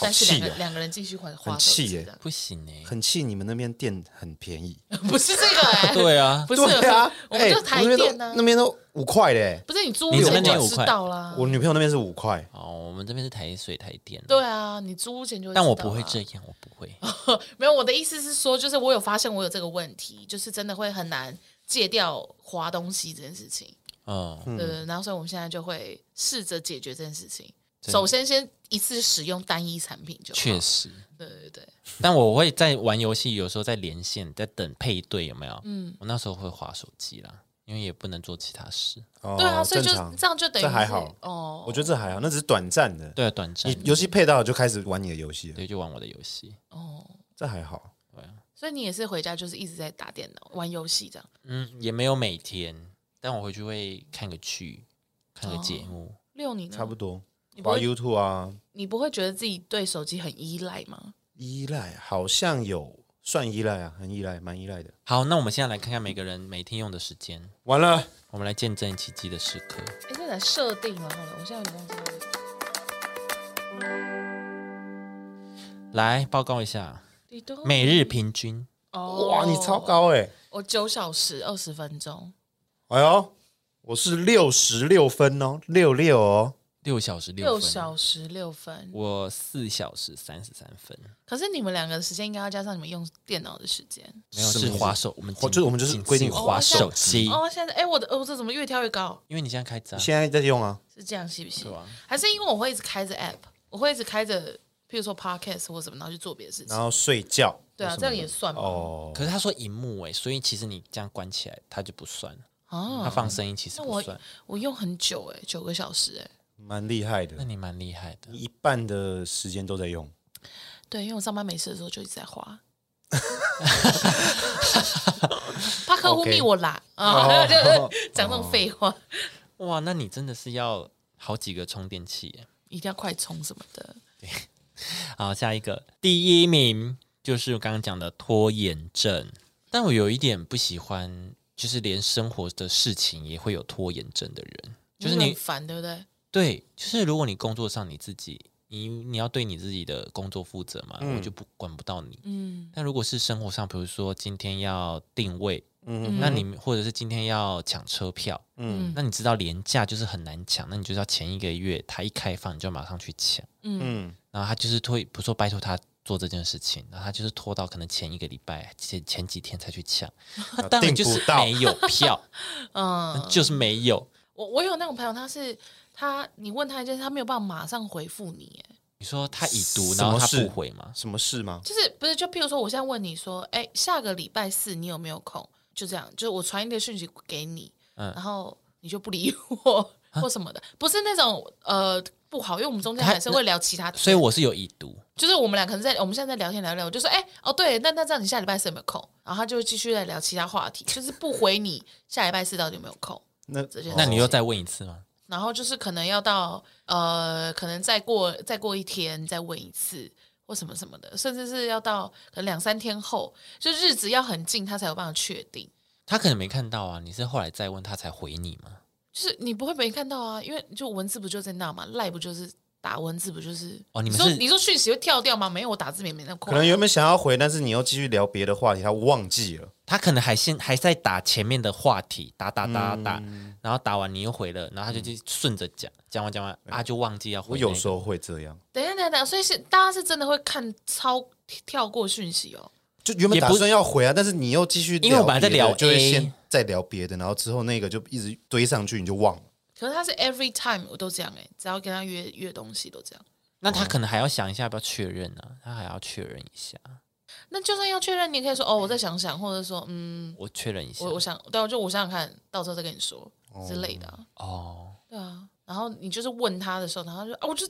[SPEAKER 1] 但是
[SPEAKER 3] 气
[SPEAKER 1] 两个
[SPEAKER 3] 哦
[SPEAKER 1] 两个人继续划划
[SPEAKER 3] 很
[SPEAKER 1] 手
[SPEAKER 3] 气
[SPEAKER 1] 机
[SPEAKER 3] 耶
[SPEAKER 1] 这样，
[SPEAKER 2] 不行 哎。
[SPEAKER 3] 很气你们那边电很便宜，
[SPEAKER 1] 不是这个哎、
[SPEAKER 2] 对啊，
[SPEAKER 1] 不是
[SPEAKER 3] 对啊，
[SPEAKER 1] 我们
[SPEAKER 3] 哎
[SPEAKER 1] 就啊台
[SPEAKER 3] 我那边都
[SPEAKER 1] 电呢、
[SPEAKER 3] 那边都五块嘞，
[SPEAKER 1] 不是你租屋
[SPEAKER 2] 你
[SPEAKER 1] 前
[SPEAKER 2] 这边
[SPEAKER 1] 就
[SPEAKER 2] 有
[SPEAKER 1] 知
[SPEAKER 2] 块
[SPEAKER 1] 道啦。
[SPEAKER 3] 我女朋友那边是五块，
[SPEAKER 2] 哦，我们这边是台水台电，
[SPEAKER 1] 对啊，你租屋前就会知道啊
[SPEAKER 2] 但
[SPEAKER 1] 啦
[SPEAKER 2] 我不会这样，我不会。
[SPEAKER 1] 没有，我的意思是说，就是我有发现我有这个问题，就是真的会很难戒掉划东西这件事情。
[SPEAKER 2] 嗯，
[SPEAKER 1] 对对，然后所以我们现在就会试着解决这件事情。
[SPEAKER 2] 真
[SPEAKER 1] 首先，先一次使用单一产品就好。
[SPEAKER 2] 确实。
[SPEAKER 1] 对对对，
[SPEAKER 2] 但我会在玩游戏，有时候在连线，在等配对，有没有？嗯，我那时候会划手机啦，因为也不能做其他事。
[SPEAKER 3] 哦
[SPEAKER 1] 对啊，所以就
[SPEAKER 3] 正常
[SPEAKER 1] 这样就等于
[SPEAKER 3] 这还
[SPEAKER 1] 是
[SPEAKER 3] 好
[SPEAKER 1] 哦。
[SPEAKER 3] 我觉得这还好，那只是短暂的。
[SPEAKER 2] 对啊，短暂
[SPEAKER 3] 你。游戏配到了就开始玩你的游戏了，
[SPEAKER 2] 对，就玩我的游戏。
[SPEAKER 1] 哦，
[SPEAKER 3] 这还好。
[SPEAKER 1] 所以你也是回家就是一直在打电脑玩游戏这样。
[SPEAKER 2] 嗯，也没有每天，但我回去会看个剧，看个节目。
[SPEAKER 1] 六嗯你呢
[SPEAKER 3] 差不多。
[SPEAKER 1] 不
[SPEAKER 3] 玩
[SPEAKER 1] 会
[SPEAKER 3] YouTube 啊，
[SPEAKER 1] 你不会觉得自己对手机很依赖吗？
[SPEAKER 3] 依赖好像有算依赖啊，很依赖，蛮依赖的。
[SPEAKER 2] 好，那我们现在来看看每个人每天用的时间，
[SPEAKER 3] 完了，
[SPEAKER 2] 我们来见证奇迹的时刻。
[SPEAKER 1] 哎，这才设定然后呢，我现在有点忘记了。
[SPEAKER 2] 来报告一下
[SPEAKER 1] 你都
[SPEAKER 2] 每日平均，
[SPEAKER 1] 哦
[SPEAKER 3] 哇，你超！高哎、
[SPEAKER 1] 我九小时二十分钟，
[SPEAKER 3] 哎呦，我是六十六分哦，六六哦，
[SPEAKER 2] 六小时六
[SPEAKER 1] 六
[SPEAKER 2] 分，
[SPEAKER 1] 小时六分。
[SPEAKER 2] 我四小时三十三分，
[SPEAKER 1] 可是你们两个的时间应该要加上你们用电脑的时间。
[SPEAKER 2] 没有
[SPEAKER 3] 什么
[SPEAKER 2] 是
[SPEAKER 3] 意思
[SPEAKER 2] 滑手，我们
[SPEAKER 3] 滑就是我们就是
[SPEAKER 2] 仅
[SPEAKER 3] 规定
[SPEAKER 2] 仅
[SPEAKER 1] 滑
[SPEAKER 2] 滑
[SPEAKER 1] 手
[SPEAKER 2] 手机，
[SPEAKER 1] 哦，现在哎，我的哦，这怎么越跳越高？
[SPEAKER 2] 因为你现在开着啊，
[SPEAKER 3] 现在在用啊，
[SPEAKER 1] 是这样是不是
[SPEAKER 2] 对？啊
[SPEAKER 1] 还是因为我会一直开着 app，我会一直开着，譬如说 podcast 或什么，然后去做别的事
[SPEAKER 3] 然
[SPEAKER 1] 情。
[SPEAKER 3] 后睡觉
[SPEAKER 1] 对啊，这样也算吧。
[SPEAKER 3] 哦，
[SPEAKER 2] 可是他说荧幕哎，所以其实你这样关起来，它就不算了。它
[SPEAKER 1] 啊，
[SPEAKER 2] 放声音其实
[SPEAKER 1] 那
[SPEAKER 2] 不
[SPEAKER 1] 我
[SPEAKER 2] 算。
[SPEAKER 1] 我用很久哎，九个小时哎。
[SPEAKER 3] 蛮厉害的
[SPEAKER 1] 嗯
[SPEAKER 2] 那，你蛮厉害的，
[SPEAKER 3] 一半的时间都在用。
[SPEAKER 1] 对，因为我上班没事的时候就一直在花， 怕客户
[SPEAKER 3] OK
[SPEAKER 1] 密我啦
[SPEAKER 2] 哦
[SPEAKER 1] 啊， 就讲这种废话，
[SPEAKER 2] 哇！那你真的是要好几个充电器耶。
[SPEAKER 1] 一定要快充什么的。
[SPEAKER 2] 好，下一个第一名就是我刚刚讲的拖延症，但我有一点不喜欢，就是连生活的事情也会有拖延症的人，就是
[SPEAKER 1] 很
[SPEAKER 2] 你
[SPEAKER 1] 烦，对不对？
[SPEAKER 2] 对，就是如果你工作上你自己，你你要对你自己的工作负责嘛，我就不管不到你。
[SPEAKER 1] 嗯，
[SPEAKER 2] 但如果是生活上，比如说今天要定位，
[SPEAKER 3] 嗯
[SPEAKER 2] 那你或者是今天要抢车票，
[SPEAKER 1] 嗯
[SPEAKER 2] 那你知道廉价就是很难抢，那你就是要前一个月它一开放你就马上去抢，
[SPEAKER 3] 嗯，
[SPEAKER 2] 然后他就是推，不说拜托他做这件事情，然后他就是拖到可能前一个礼拜前前几天才去抢， 那当然
[SPEAKER 3] 订
[SPEAKER 2] 就
[SPEAKER 3] 不
[SPEAKER 2] 是
[SPEAKER 3] 到
[SPEAKER 2] 没有票，
[SPEAKER 1] 嗯，
[SPEAKER 2] 就是没有。
[SPEAKER 1] 我我有那种朋友，他是他，你问他一件事，他没有办法马上回复你，哎，
[SPEAKER 2] 你说他已读，
[SPEAKER 3] 什
[SPEAKER 2] 然
[SPEAKER 3] 么
[SPEAKER 2] 后他
[SPEAKER 3] 事
[SPEAKER 2] 不回吗？
[SPEAKER 3] 什么事吗？
[SPEAKER 1] 就是不是？就譬如说，我现在问你说，哎，下个礼拜四你有没有空？就这样，就是我传一个讯息给你，
[SPEAKER 2] 嗯
[SPEAKER 1] 然后你就不理我 或什么的，不是那种呃不好，因为我们中间还是会聊其他天，
[SPEAKER 2] 所以我是有已读，
[SPEAKER 1] 就是我们俩可能在我们现在在聊天聊一聊，我就说哎、哦对，那那这样你下礼拜四有没有空？然后他就会继续在聊其他话题，就是不回你下礼拜四到底有没有空。
[SPEAKER 3] 那
[SPEAKER 1] 这件事
[SPEAKER 2] 那你又再问一次吗？
[SPEAKER 1] 然后就是可能要到呃，可能再过再过一天再问一次或什么什么的，甚至是要到可能两三天后，就日子要很近，他才有办法确定。
[SPEAKER 2] 他可能没看到啊，你是后来再问他才回你吗？
[SPEAKER 1] 就是你不会没看到啊，因为就文字不就在那嘛，赖不就是打文字不就是？
[SPEAKER 2] 哦你们
[SPEAKER 1] 说
[SPEAKER 2] 是
[SPEAKER 1] 你说讯息会跳掉吗？没有，我打字没没那么快。啊
[SPEAKER 3] 可能原本想要回，但是你又继续聊别的话题，他忘记了。
[SPEAKER 2] 他可能还先还在打前面的话题，打打打打，
[SPEAKER 3] 嗯
[SPEAKER 2] 然后打完你又回了，然后他就就顺着讲，讲完讲完啊就忘记要回、
[SPEAKER 3] 我
[SPEAKER 2] 那个。
[SPEAKER 3] 有时候会这样，
[SPEAKER 1] 等一下，等一下，等一下，所以是大家是真的会看超跳过讯息哦。
[SPEAKER 3] 就原本
[SPEAKER 2] 也
[SPEAKER 3] 打
[SPEAKER 2] 不
[SPEAKER 3] 算要回啊，但是你又继续聊别的，
[SPEAKER 2] 因为我本来在聊
[SPEAKER 3] 就会
[SPEAKER 2] A
[SPEAKER 3] 先再聊别的，然后之后那个就一直堆上去，你就忘了。
[SPEAKER 1] 可是他是 every time 我都这样哎、只要跟他约约东西都这样。
[SPEAKER 2] 那
[SPEAKER 3] 嗯
[SPEAKER 2] 他可能还要想一下要不要确认啊，他还要确认一下，
[SPEAKER 1] 那就算要确认，你也可以说哦，我再想想，或者说嗯，
[SPEAKER 2] 我确认一下
[SPEAKER 1] 我我想，对啊，就我想想看，到时候再跟你说之类的啊、
[SPEAKER 2] 哦。
[SPEAKER 1] 对啊，然后你就是问他的时候，然后他就啊，我就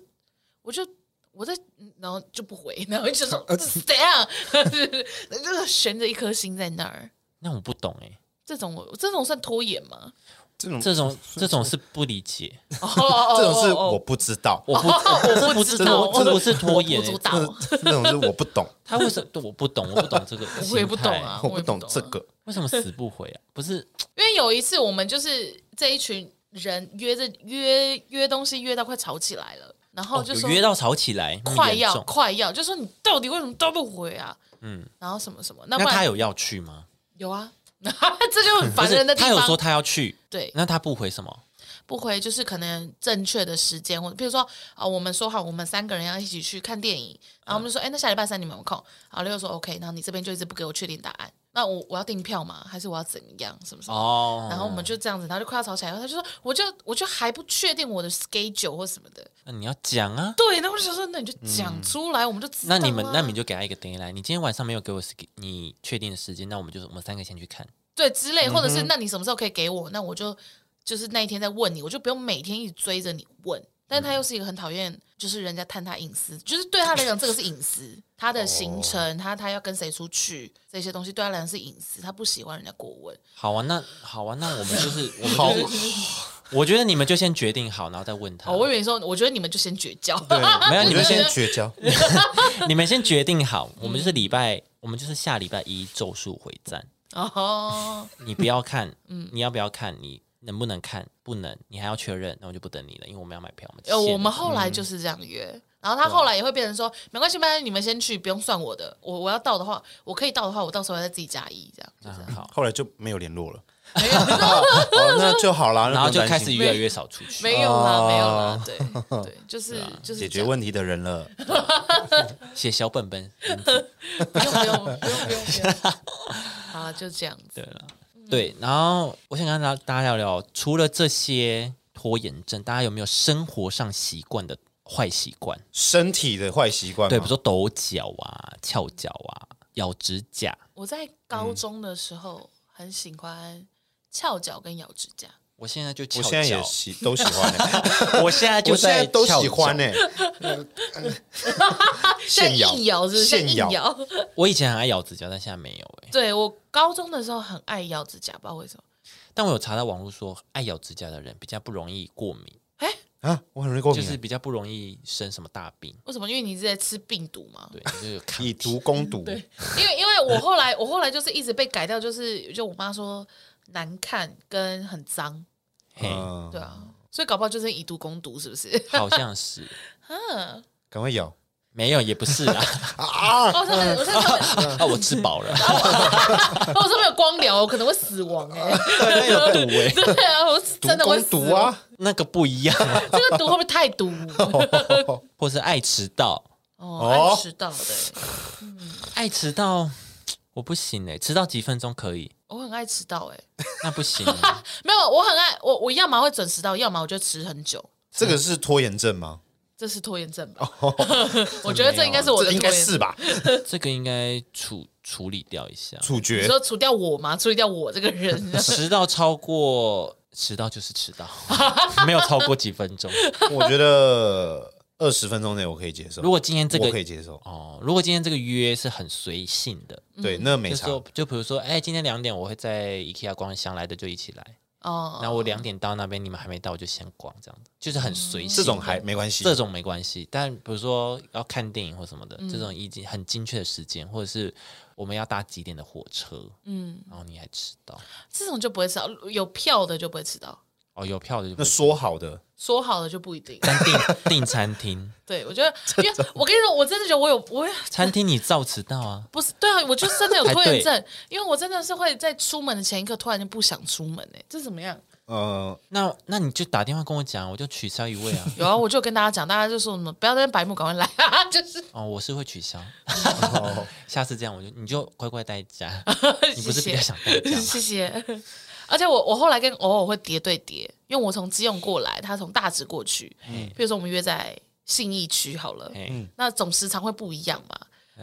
[SPEAKER 1] 我就我在，然后就不回，然后就说这是怎样，就是悬着一颗心在那儿。
[SPEAKER 2] 那我不懂哎、
[SPEAKER 1] 这种我这种算拖延吗？
[SPEAKER 3] 这种
[SPEAKER 2] 这种这种是不理解，
[SPEAKER 1] 哦哦哦哦
[SPEAKER 3] 这种是
[SPEAKER 1] 哦
[SPEAKER 3] 我不知道，
[SPEAKER 2] 我不我不知道，
[SPEAKER 1] 我
[SPEAKER 2] 这不是拖
[SPEAKER 1] 我
[SPEAKER 2] 延、
[SPEAKER 1] 不
[SPEAKER 2] 欸
[SPEAKER 1] 知，道，
[SPEAKER 3] 这种是我不 懂，
[SPEAKER 2] 他为什么我不懂？我不懂这个心态， 欸
[SPEAKER 1] 我也不懂啊
[SPEAKER 3] 我
[SPEAKER 1] 我也
[SPEAKER 3] 不
[SPEAKER 1] 不懂
[SPEAKER 3] 懂
[SPEAKER 1] 啊
[SPEAKER 3] 这 个。
[SPEAKER 2] 为什么死不回啊？不是
[SPEAKER 1] 因为有一次我们就是这一群人约着约约东西，约到快吵起来了，然后
[SPEAKER 2] 哦，
[SPEAKER 1] 就
[SPEAKER 2] 有
[SPEAKER 1] 说、
[SPEAKER 2] 约到吵起来，那么
[SPEAKER 1] 快
[SPEAKER 2] 严
[SPEAKER 1] 要
[SPEAKER 2] 重
[SPEAKER 1] 快要，就说你到底为什么都不回啊？嗯，然后什么什么，那不
[SPEAKER 2] 那
[SPEAKER 1] 然
[SPEAKER 2] 他有要去吗？
[SPEAKER 1] 有啊， 这就很
[SPEAKER 2] 不
[SPEAKER 1] 烦
[SPEAKER 2] 是
[SPEAKER 1] 人的地
[SPEAKER 2] 他
[SPEAKER 1] 方。
[SPEAKER 2] 有说他要去，
[SPEAKER 1] 对，
[SPEAKER 2] 那他不回什么？
[SPEAKER 1] 不回就是可能正确的时间，或者比如说啊、我们说好我们三个人要一起去看电影，然后我们就
[SPEAKER 2] 嗯
[SPEAKER 1] 说，哎、那下礼拜三你们有空？然后六说 OK，然后你这边就一直不给我确定答案，那我我要订票吗？还是我要怎样？什么什么？
[SPEAKER 2] 哦，
[SPEAKER 1] 然后我们就这样子，然后就快要吵起来，然后他就说，我就我就还不确定我的 schedule 或什么的。
[SPEAKER 2] 那你要讲啊。
[SPEAKER 1] 对，那我就想说，那你就讲出来，我们就知道
[SPEAKER 2] 嗯那你们，
[SPEAKER 1] 啊
[SPEAKER 2] 那你就给他一个 deadline。你今天晚上没有给我 sk- 你确定的时间，那我们就是我们三个先去看。
[SPEAKER 1] 对之类，或者
[SPEAKER 2] 嗯
[SPEAKER 1] 是那你什么时候可以给我？那我就就是那一天再问你，我就不用每天一直追着你问。但
[SPEAKER 2] 嗯
[SPEAKER 1] 他又是一个很讨厌，就是人家探他隐私，就是对他来讲这个是隐私，他
[SPEAKER 2] 哦
[SPEAKER 1] 的行程，他他要跟谁出去这些东西对他来讲是隐私，他不喜欢人家过问。
[SPEAKER 2] 好啊，那好啊，那我们就是我
[SPEAKER 3] 好
[SPEAKER 2] 们就是，我觉得你们就先决定好，然后再问他。
[SPEAKER 1] 哦，我以为你说，我觉得你们就先绝交。
[SPEAKER 3] 对，
[SPEAKER 2] 没有你们
[SPEAKER 3] 我觉得
[SPEAKER 2] 先
[SPEAKER 3] 绝交。
[SPEAKER 2] 你们先决定好，我们
[SPEAKER 1] 嗯
[SPEAKER 2] 就是礼拜，我们就是下礼拜一《咒术回战
[SPEAKER 1] 哦，》，
[SPEAKER 2] 你不要看，
[SPEAKER 1] 嗯
[SPEAKER 2] 你要不要看？你能不能看？不能，你还要确认，那我就不等你了，因为我们要买票。我们
[SPEAKER 1] 呃，
[SPEAKER 2] 现
[SPEAKER 1] 我们后来
[SPEAKER 3] 嗯
[SPEAKER 1] 就是这样约。然后
[SPEAKER 3] 啊
[SPEAKER 1] 他后来也会变成说，没关系，没关系，你们先去，不用算我的。我我要到的话，我可以到的话，我到时候再自己加一，这样就是
[SPEAKER 2] 啊好，
[SPEAKER 3] 后来就没有联络了。
[SPEAKER 1] 没有
[SPEAKER 3] 哦，那就好啦，那
[SPEAKER 2] 然后
[SPEAKER 3] 不
[SPEAKER 2] 就
[SPEAKER 3] 用担
[SPEAKER 2] 开
[SPEAKER 3] 心
[SPEAKER 2] 始越来越少出去。
[SPEAKER 1] 没有啦，
[SPEAKER 3] 哦
[SPEAKER 1] 没有啦，对对， 就是就是
[SPEAKER 3] 啊解
[SPEAKER 1] 这
[SPEAKER 3] 决
[SPEAKER 1] 样
[SPEAKER 3] 问题的人了。
[SPEAKER 2] 写小本本，嗯
[SPEAKER 1] 不用不用不 用不用不用，好啦，就这样子。
[SPEAKER 2] 对了，对。然后我想跟大家大家聊聊，除了这些拖延症，大家有没有生活上习惯的坏习惯？
[SPEAKER 3] 身体的坏习惯吗，
[SPEAKER 2] 对，比如说抖脚啊、翘脚啊、咬指甲。
[SPEAKER 1] 我在
[SPEAKER 3] 嗯
[SPEAKER 1] 高中的时候很喜欢翘脚跟咬指甲，
[SPEAKER 2] 我现在就翘
[SPEAKER 3] 我
[SPEAKER 2] 脚，
[SPEAKER 3] 现在也喜都喜欢 欸，
[SPEAKER 2] 我现在就
[SPEAKER 3] 我现在都
[SPEAKER 2] 翘
[SPEAKER 3] 喜欢
[SPEAKER 2] 脚
[SPEAKER 3] 呢。
[SPEAKER 1] 现
[SPEAKER 3] 现
[SPEAKER 1] 在
[SPEAKER 3] 咬
[SPEAKER 1] 硬咬是不是
[SPEAKER 3] 现
[SPEAKER 1] 现硬
[SPEAKER 3] 咬
[SPEAKER 1] 咬。
[SPEAKER 3] 欸
[SPEAKER 2] 我以前很爱咬指甲，但现在没有哎、
[SPEAKER 1] 对我高中的时候很爱咬指甲，不知道为什么。
[SPEAKER 2] 但我有查到网络说，爱咬指甲的人比较不容易过敏，
[SPEAKER 3] 啊，我很容易过敏
[SPEAKER 2] 就
[SPEAKER 3] 啊，
[SPEAKER 2] 是比较不容易生什么大病。
[SPEAKER 1] 为什么？因为你是在吃病毒嘛。
[SPEAKER 2] 对，就是有抗
[SPEAKER 3] 以毒攻毒。
[SPEAKER 1] 对，因为因为我后来我后来就是一直被改掉，就是就我妈说难看跟很脏，
[SPEAKER 2] 嘿，
[SPEAKER 3] 嗯
[SPEAKER 1] 对，啊，所以搞不好就是以毒攻毒，是不是？
[SPEAKER 2] 好像是
[SPEAKER 1] 嗯，
[SPEAKER 3] 赶快咬
[SPEAKER 2] 没有，也不是 啦。
[SPEAKER 3] 啊！
[SPEAKER 1] 哦，上面我上面
[SPEAKER 2] 啊，我吃饱了，
[SPEAKER 1] 我上面有光疗，我可能会死亡 哎、
[SPEAKER 2] 那有毒哎、
[SPEAKER 1] 对啊，我
[SPEAKER 3] 毒
[SPEAKER 1] 真的会
[SPEAKER 3] 攻
[SPEAKER 1] 死哦
[SPEAKER 3] 毒
[SPEAKER 1] 亡。
[SPEAKER 3] 啊！
[SPEAKER 2] 那个不一样，
[SPEAKER 1] 这个毒会不会太 毒？
[SPEAKER 2] 或是爱迟到，
[SPEAKER 1] 哦，
[SPEAKER 3] 哦
[SPEAKER 1] 按迟到的欸、
[SPEAKER 2] 爱迟到。我不行哎、迟到几分钟可以，
[SPEAKER 1] 我很爱迟到哎、
[SPEAKER 2] 那不行、欸。
[SPEAKER 1] 没有，我很爱我我要么会准时到，要么我就迟很久。
[SPEAKER 3] 这个是拖延症吗？
[SPEAKER 1] 这是拖延症吧？ 我觉得这应该是我的拖
[SPEAKER 3] 哦这应
[SPEAKER 1] 延
[SPEAKER 3] 该
[SPEAKER 1] 症
[SPEAKER 3] 是吧？
[SPEAKER 2] 这个应该处处理掉一下。
[SPEAKER 3] 处
[SPEAKER 1] 你
[SPEAKER 3] 决
[SPEAKER 1] 说除掉我吗？处理掉我这个人
[SPEAKER 2] 迟到超过迟到就是迟 到，没有超过几分钟。
[SPEAKER 3] 我觉得二十分钟内我可以接受，
[SPEAKER 2] 如果今天这个
[SPEAKER 3] 我可以接受，
[SPEAKER 2] 哦，如果今天这个约是很随性的，
[SPEAKER 1] 嗯
[SPEAKER 3] 对，那没
[SPEAKER 2] 就
[SPEAKER 3] 差。
[SPEAKER 2] 说就比如说，哎，今天两点我会在 IKEA 逛，想来的就一起来。然
[SPEAKER 1] 哦。
[SPEAKER 2] 后我两点到那边，你们还没到，我就先逛，这样子就是很随性的。
[SPEAKER 3] 这种还没关系，
[SPEAKER 2] 嗯这种没关系，但比如说要看电影或什么的，这种已经很精确的时间，或者是我们要搭几点的火车，嗯，然后你还迟到，
[SPEAKER 1] 这种就不会迟到，有票的就不会迟到，
[SPEAKER 2] 哦，有票的就不
[SPEAKER 3] 那说好的
[SPEAKER 1] 说好的就不一 定。
[SPEAKER 2] 但订订餐厅，
[SPEAKER 1] 对，我觉得，因为我跟你说，我真的觉得我有，我有
[SPEAKER 2] 餐厅你照迟到啊，
[SPEAKER 1] 不是对啊，我就真的有拖延症，因为我真的是会在出门的前一刻突然就不想出门哎、这怎么样？
[SPEAKER 3] 呃，
[SPEAKER 2] 那那你就打电话跟我讲，我就取消一位 啊。
[SPEAKER 1] 有啊，我就有跟大家讲，大家就说什么不要在那边白目，赶快来啊， 就是
[SPEAKER 2] 哦，我是会取消，下次这样我就你就乖乖待家，你不是比较想待家吗？
[SPEAKER 1] 啊谢谢。而且我我后来跟偶尔会叠对叠，因为我从基隆过来，他从大直过去。
[SPEAKER 2] 嗯
[SPEAKER 1] 比如说我们约在信义区好了，
[SPEAKER 2] 哎、
[SPEAKER 1] 那总时长会不一样嘛。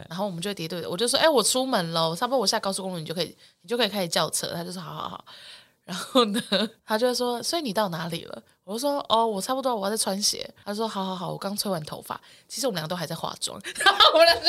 [SPEAKER 1] 然后我们就会叠对叠，我就说，哎、我出门喽，差不多我下高速公路，你就可以，你就可以开始叫车。他就说，好好 好。然后呢，他就会说，所以你到哪里了？我就说，哦，我差不多，我要在穿鞋。他说，好好好，我刚吹完头发。其实我们两个都还在化妆， 然后我们两个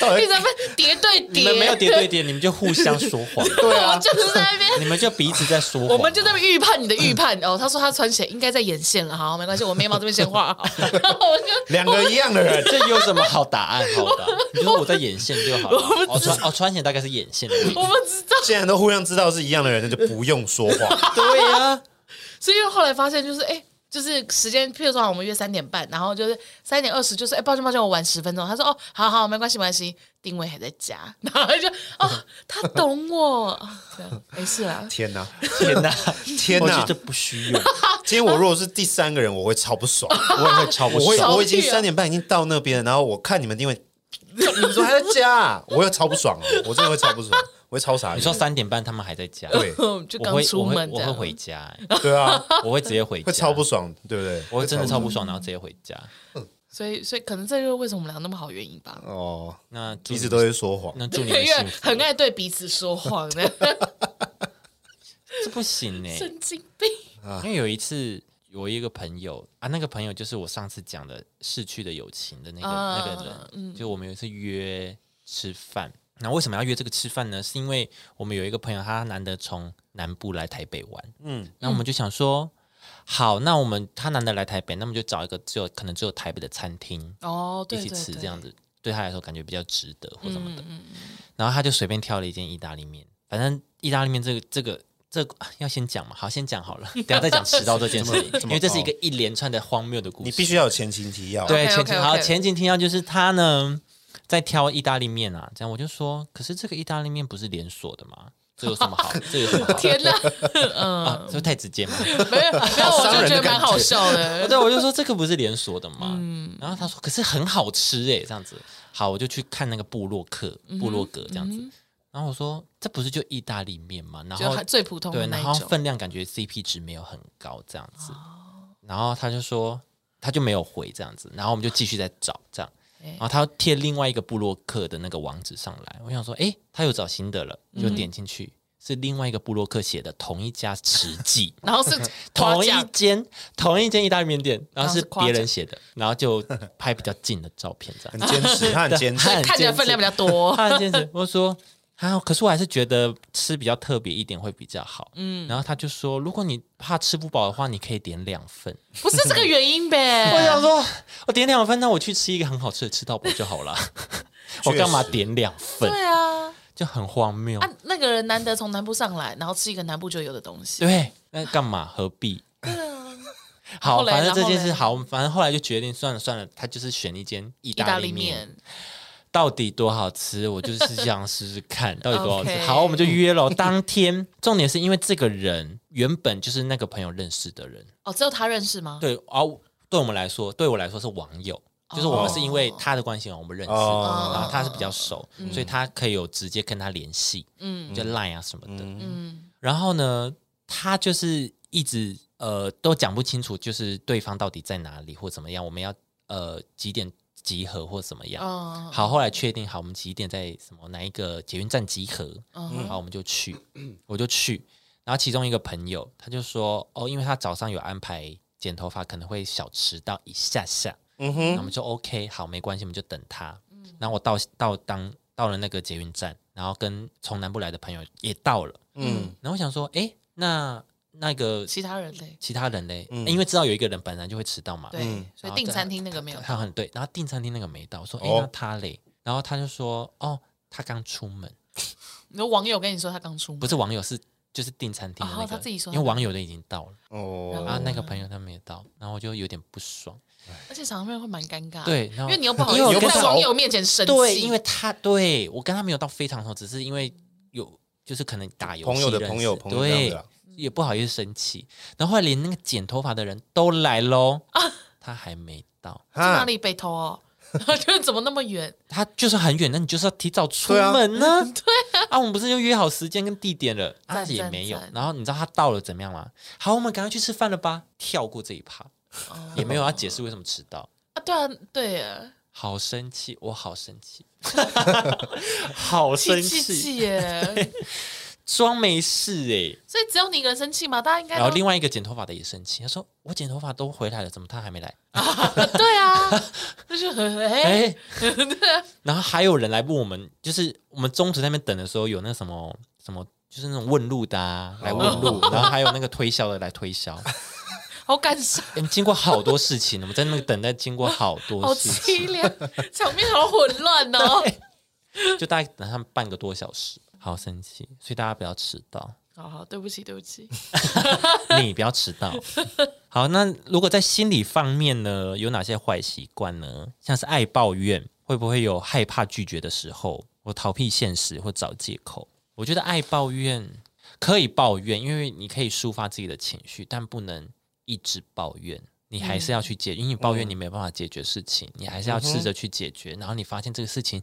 [SPEAKER 3] 到
[SPEAKER 1] 就是
[SPEAKER 3] 底
[SPEAKER 1] 一直在那边叠对叠，
[SPEAKER 2] 你们没有叠对叠，你们就互相说谎，
[SPEAKER 3] 对
[SPEAKER 1] 我
[SPEAKER 3] 啊，
[SPEAKER 1] 就是在那边
[SPEAKER 2] 你们就彼此在说谎，
[SPEAKER 1] 我们就在那边预判你的预判哦。他说他穿鞋应该在眼线了，好，没关系，我眉毛这边先画好。 然后我就
[SPEAKER 3] 两个一样的人，
[SPEAKER 2] 这有什么好答 案？好的，你就说我在眼线就好了。哦穿哦穿显大概是眼线的位置。
[SPEAKER 1] 我不知道，
[SPEAKER 3] 既然都互相知道是一样的人，那就不用说 话。
[SPEAKER 2] 对呀，
[SPEAKER 1] 所以后来发现就是哎。就是时间，譬如说好我们约三点半，然后就是三点二十，就是哎、抱歉抱歉，我晚十分钟。他说哦，好好，没关系没关系，定位还在家， 然后就哦，他懂我， 这样没事啦。
[SPEAKER 3] 天哪，
[SPEAKER 2] 天哪，
[SPEAKER 3] 天
[SPEAKER 2] 我觉
[SPEAKER 3] 哪！
[SPEAKER 2] 得不需要，
[SPEAKER 3] 今天我如果是第三个人，我会超不爽。
[SPEAKER 2] 我也会超不
[SPEAKER 3] 我会
[SPEAKER 2] 爽。
[SPEAKER 1] 爽
[SPEAKER 3] 我已经
[SPEAKER 1] 去啊
[SPEAKER 3] 三点半已经到那边了，然后我看你们定位，你们怎么还在家啊？我会超不爽哦，我真的会超不爽，我会超傻眼。
[SPEAKER 2] 你说三点半他们还在家，
[SPEAKER 3] 对
[SPEAKER 1] 嗯，就
[SPEAKER 2] 我
[SPEAKER 1] 刚
[SPEAKER 2] 会
[SPEAKER 1] 出
[SPEAKER 2] 我会
[SPEAKER 1] 门这
[SPEAKER 2] 我会
[SPEAKER 1] 样，
[SPEAKER 2] 回家，哎
[SPEAKER 3] 对啊，
[SPEAKER 2] 我会直接回家，
[SPEAKER 3] 会超不，爽，对不对？
[SPEAKER 2] 我真的超不爽，然后直接回家。
[SPEAKER 1] 所以所以可能这就是为什么我们俩那么好原因吧。
[SPEAKER 3] 哦，
[SPEAKER 2] 那祝
[SPEAKER 3] 一
[SPEAKER 2] 你
[SPEAKER 3] 直都会说谎。
[SPEAKER 2] 那祝你
[SPEAKER 1] 因为
[SPEAKER 2] 们幸福，
[SPEAKER 1] 很爱对彼此说谎的
[SPEAKER 2] 哎这不行哎，
[SPEAKER 1] 神经病。
[SPEAKER 2] 因为有一次有一个朋友啊，那个朋友就是我上次讲的逝去的友情的那个、
[SPEAKER 1] 啊
[SPEAKER 2] 那个人，就我们有一次约吃饭。那为什么要约这个吃饭呢？是因为我们有一个朋友，他难得从南部来台北玩，嗯，那我们就想说，好，那我们他难得来台北，那我们就找一个只有可能只有台北的餐厅
[SPEAKER 1] 哦，对
[SPEAKER 2] 一
[SPEAKER 1] 对
[SPEAKER 2] 起
[SPEAKER 1] 对，嗯
[SPEAKER 2] 吃，这样子对他来说感觉比较值得或什么的。然后他就随便挑了一件意大利面，反正意大利面这个这个这个啊要先讲嘛，好，先讲好了，等一下再讲迟到这件 事情，
[SPEAKER 3] 怎
[SPEAKER 2] 因
[SPEAKER 3] 么
[SPEAKER 2] 为这是一个一连串的荒谬的故事。
[SPEAKER 3] 你必须要有前情提要，
[SPEAKER 2] 对
[SPEAKER 1] OK，OK，
[SPEAKER 2] 前情
[SPEAKER 1] OK
[SPEAKER 2] 好前情提要就是他呢在挑意大利面啊，这样我就说，可是这个意大利面不是连锁的吗？这有什 么好？这有什么好？
[SPEAKER 1] 天 哪，
[SPEAKER 2] 啊，这太直接吗？
[SPEAKER 1] 没有没有，我就觉得蛮好笑 的。
[SPEAKER 2] 对，我就说这个不是连锁的嘛。
[SPEAKER 1] 嗯
[SPEAKER 2] 然后他说，可是很好吃哎，这样子。好，我就去看那个部落客、
[SPEAKER 1] 嗯
[SPEAKER 2] 部落格这样子。然后我说，这不是就意大利面嘛？然
[SPEAKER 1] 就
[SPEAKER 2] 后
[SPEAKER 1] 还最普通
[SPEAKER 2] 对，
[SPEAKER 1] 的那
[SPEAKER 2] 然
[SPEAKER 1] 一
[SPEAKER 2] 后
[SPEAKER 1] 种，哦
[SPEAKER 2] 分量感觉 CP 值没有很高这样子。然后他就说，他就没有回这样子。然后我们就继续在找这样。
[SPEAKER 1] 哎
[SPEAKER 2] 然后他贴另外一个部落客的那个网址上来，我想说，诶，他有找新的了，
[SPEAKER 1] 嗯
[SPEAKER 2] 就点进去，是另外一个部落客写的同一家实 际。
[SPEAKER 1] 然后是夸
[SPEAKER 2] 同一
[SPEAKER 1] 奖，
[SPEAKER 2] 间同一间意大利面店，然后
[SPEAKER 1] 后
[SPEAKER 2] 是
[SPEAKER 1] 是夸
[SPEAKER 2] 别人
[SPEAKER 1] 奖
[SPEAKER 2] 写的，然后就拍比较近的照片这样
[SPEAKER 3] 很。坚持，他很坚 持
[SPEAKER 2] 对。
[SPEAKER 1] 看起来分量比较多。
[SPEAKER 2] 他很坚持，我说啊，可是我还是觉得吃比较特别一点会比较好。嗯，然后他就说，如果你怕吃不饱的话，你可以点两份。
[SPEAKER 3] 嗯
[SPEAKER 1] 不是这个原因
[SPEAKER 2] 我
[SPEAKER 1] 呗
[SPEAKER 2] 想？说，我点两份，那我去吃一个很好吃的，吃到饱就 好了。我干嘛
[SPEAKER 3] 确实
[SPEAKER 2] 点两份？
[SPEAKER 1] 对啊，
[SPEAKER 2] 就很荒谬。
[SPEAKER 1] 啊，那个人难得从南部上来，然后吃一个南部就有的东西，
[SPEAKER 2] 对，那干嘛何必？好，
[SPEAKER 1] 啊后来
[SPEAKER 2] 反正这件
[SPEAKER 1] 然后
[SPEAKER 2] 事
[SPEAKER 1] 嘞
[SPEAKER 2] 好，反正后来就决定算了算了，他就是选一间意
[SPEAKER 1] 意大
[SPEAKER 2] 大利
[SPEAKER 1] 利
[SPEAKER 2] 面，
[SPEAKER 1] 面。
[SPEAKER 2] 到底多好吃，我就是想试试看到底多好吃。
[SPEAKER 1] OK
[SPEAKER 2] 好，我们就约了。 当天重点是因为这个人原本就是那个朋友认识的人，
[SPEAKER 1] 哦，只有他认识吗？
[SPEAKER 2] 对啊，对我们来说，对我来说是网友，就是我们是因为他的关系嘛，我们认识，
[SPEAKER 3] 哦
[SPEAKER 2] 然后他是比较熟，
[SPEAKER 1] 嗯
[SPEAKER 2] 所以他可以有直接跟他联系，嗯，就 Line 啊什么的。
[SPEAKER 1] 嗯，
[SPEAKER 2] 然后呢，他就是一直呃都讲不清楚，就是对方到底在哪里或怎么样，我们要呃几点集合或怎么样。
[SPEAKER 1] 哦，
[SPEAKER 2] 好，后来确定好我们几点在什么哪一个捷运站集合，
[SPEAKER 1] 嗯
[SPEAKER 2] 好我们就去，我就去。然后其中一个朋友他就说，哦，因为他早上有安排剪头发，可能会小迟到一下下，
[SPEAKER 3] 嗯
[SPEAKER 2] 那
[SPEAKER 3] 哼，
[SPEAKER 2] 我们就 OK，好，没关系，我们就等他。然后我到到当到了那个捷运站，然后跟从南部来的朋友也到了。
[SPEAKER 3] 嗯，
[SPEAKER 2] 然后我想说，诶，那那个
[SPEAKER 1] 其他人类，
[SPEAKER 2] 其他人嘞、因为知道有一个人本来就会迟到嘛，
[SPEAKER 1] 对，所以订餐厅那个没有，
[SPEAKER 2] 他很对。然后订餐厅那个没到，我说，诶，
[SPEAKER 3] 哦
[SPEAKER 2] 那他嘞？然后他就说，哦，他刚出门，
[SPEAKER 1] 你说网友跟你说他刚出门
[SPEAKER 2] 不，是网友是就是订餐厅的那个，
[SPEAKER 1] 哦他自己嗯说
[SPEAKER 2] 因为网友的已经到了，然
[SPEAKER 3] 哦，
[SPEAKER 2] 后那个朋友他没有到，然后我就有点不爽。
[SPEAKER 1] 而且场面会蛮尴尬，
[SPEAKER 2] 对，
[SPEAKER 1] 啊因
[SPEAKER 2] 然后
[SPEAKER 1] 为你又不好意
[SPEAKER 2] 因为我
[SPEAKER 1] 思
[SPEAKER 2] 跟
[SPEAKER 1] 在
[SPEAKER 2] 他
[SPEAKER 1] 网友面前生气，
[SPEAKER 2] 对，因为他对我跟他没有到非常熟，只是因为有就是可能打游戏
[SPEAKER 3] 朋友的
[SPEAKER 2] 认识
[SPEAKER 3] 朋友朋友这样
[SPEAKER 2] 对
[SPEAKER 3] 子啊，
[SPEAKER 2] 也不好意思生气。然后后来连那个剪头发的人都 来喽，他还没到，
[SPEAKER 1] 在哪
[SPEAKER 3] 哈，
[SPEAKER 1] 里被偷哦？ 就是怎么那么远？
[SPEAKER 2] 他就是很远，那你就是要提早出
[SPEAKER 3] 对啊
[SPEAKER 2] 门呢、对 啊，我们不是就约好时间跟地点了，啊
[SPEAKER 1] 赞
[SPEAKER 2] 也
[SPEAKER 1] 赞
[SPEAKER 2] 没有
[SPEAKER 1] 赞。
[SPEAKER 2] 然后你知道他到了怎么样吗？好，我们赶快去吃饭了吧，跳过这一趴，
[SPEAKER 1] 哦
[SPEAKER 2] 也没有要解释为什么迟到。
[SPEAKER 1] 啊，对啊，对耶，
[SPEAKER 2] 好生气，我好 生气，好生
[SPEAKER 1] 气气
[SPEAKER 2] 气，
[SPEAKER 1] 气 耶！
[SPEAKER 2] 装没事哎、
[SPEAKER 1] 所以只有你一个人生气嘛？大家应该
[SPEAKER 2] 然后
[SPEAKER 1] 啊都
[SPEAKER 2] 另外一个剪头发的也生气，他说：“我剪头发都回来了，怎么他还没来
[SPEAKER 1] 对啊， 就是 很？”哎，
[SPEAKER 2] 哎、然后还有人来问我们，就是我们中途在那边等的时候，有那什么什么，就是那种问路的、啊、
[SPEAKER 1] 哦
[SPEAKER 2] 来问路，然后还有那个推销的来推销。
[SPEAKER 1] 好感伤，
[SPEAKER 2] 我们经过好多事情，我们在那个等待，经过好
[SPEAKER 1] 好
[SPEAKER 2] 多事情，
[SPEAKER 1] 凄凉， 场面好混乱 哦。
[SPEAKER 2] 就大概等他们半个多小时，好生气。所以大家不要迟到，
[SPEAKER 1] 好好，对不起，对不起。
[SPEAKER 2] 你不要迟到。 好，那如果在心理方面呢，有哪些坏习惯呢？像是爱抱怨，会不会有害怕拒绝的时候，或逃避现实，或找借口？我觉得爱抱怨可以抱怨，因为你可以抒发自己的情绪，但不能一直抱怨。你还
[SPEAKER 1] 嗯
[SPEAKER 2] 是要去解，因为你抱怨你没办法解决事情，你还是要试着去解决。然后你发现这个事情，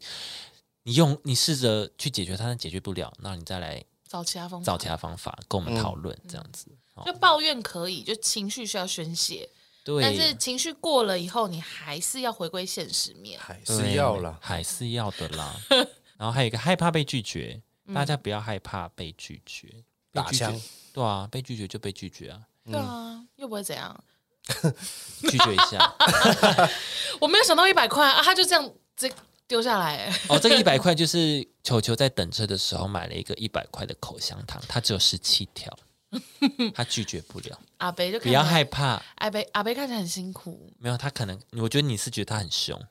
[SPEAKER 2] 你用你试着去解决它，但解决不了，那你再来
[SPEAKER 1] 找其他方法
[SPEAKER 2] 找，其他方法跟我
[SPEAKER 1] 嗯
[SPEAKER 2] 们讨论，这样子。哦
[SPEAKER 1] 啊就抱怨可以，就情绪需要宣泄，
[SPEAKER 2] 对，
[SPEAKER 1] 但是情绪过了以后，你还是要回归现实面。
[SPEAKER 3] 还
[SPEAKER 2] 对
[SPEAKER 3] 是要啦。
[SPEAKER 2] 还是要的啦。 然后还有一个害怕被拒绝，大家不要害怕被拒绝，被
[SPEAKER 3] 打
[SPEAKER 2] 拒绝
[SPEAKER 3] 枪。
[SPEAKER 2] 对啊，被拒绝就被拒绝啊，
[SPEAKER 1] 对啊，又不会怎样。
[SPEAKER 2] 拒绝一下。
[SPEAKER 1] 我没有想到一百块啊，他就这样直接丢下来，哎
[SPEAKER 2] 哦，这个一百块就是球球在等车的时候买了一个一百块的口香糖，它只有十七条， 他拒绝不了。
[SPEAKER 1] 阿北就
[SPEAKER 2] 不
[SPEAKER 1] 看起
[SPEAKER 2] 要
[SPEAKER 1] 来
[SPEAKER 2] 害怕，
[SPEAKER 1] 阿北阿北看起来很辛苦，
[SPEAKER 2] 没有他可能，我觉得你是觉得他很凶，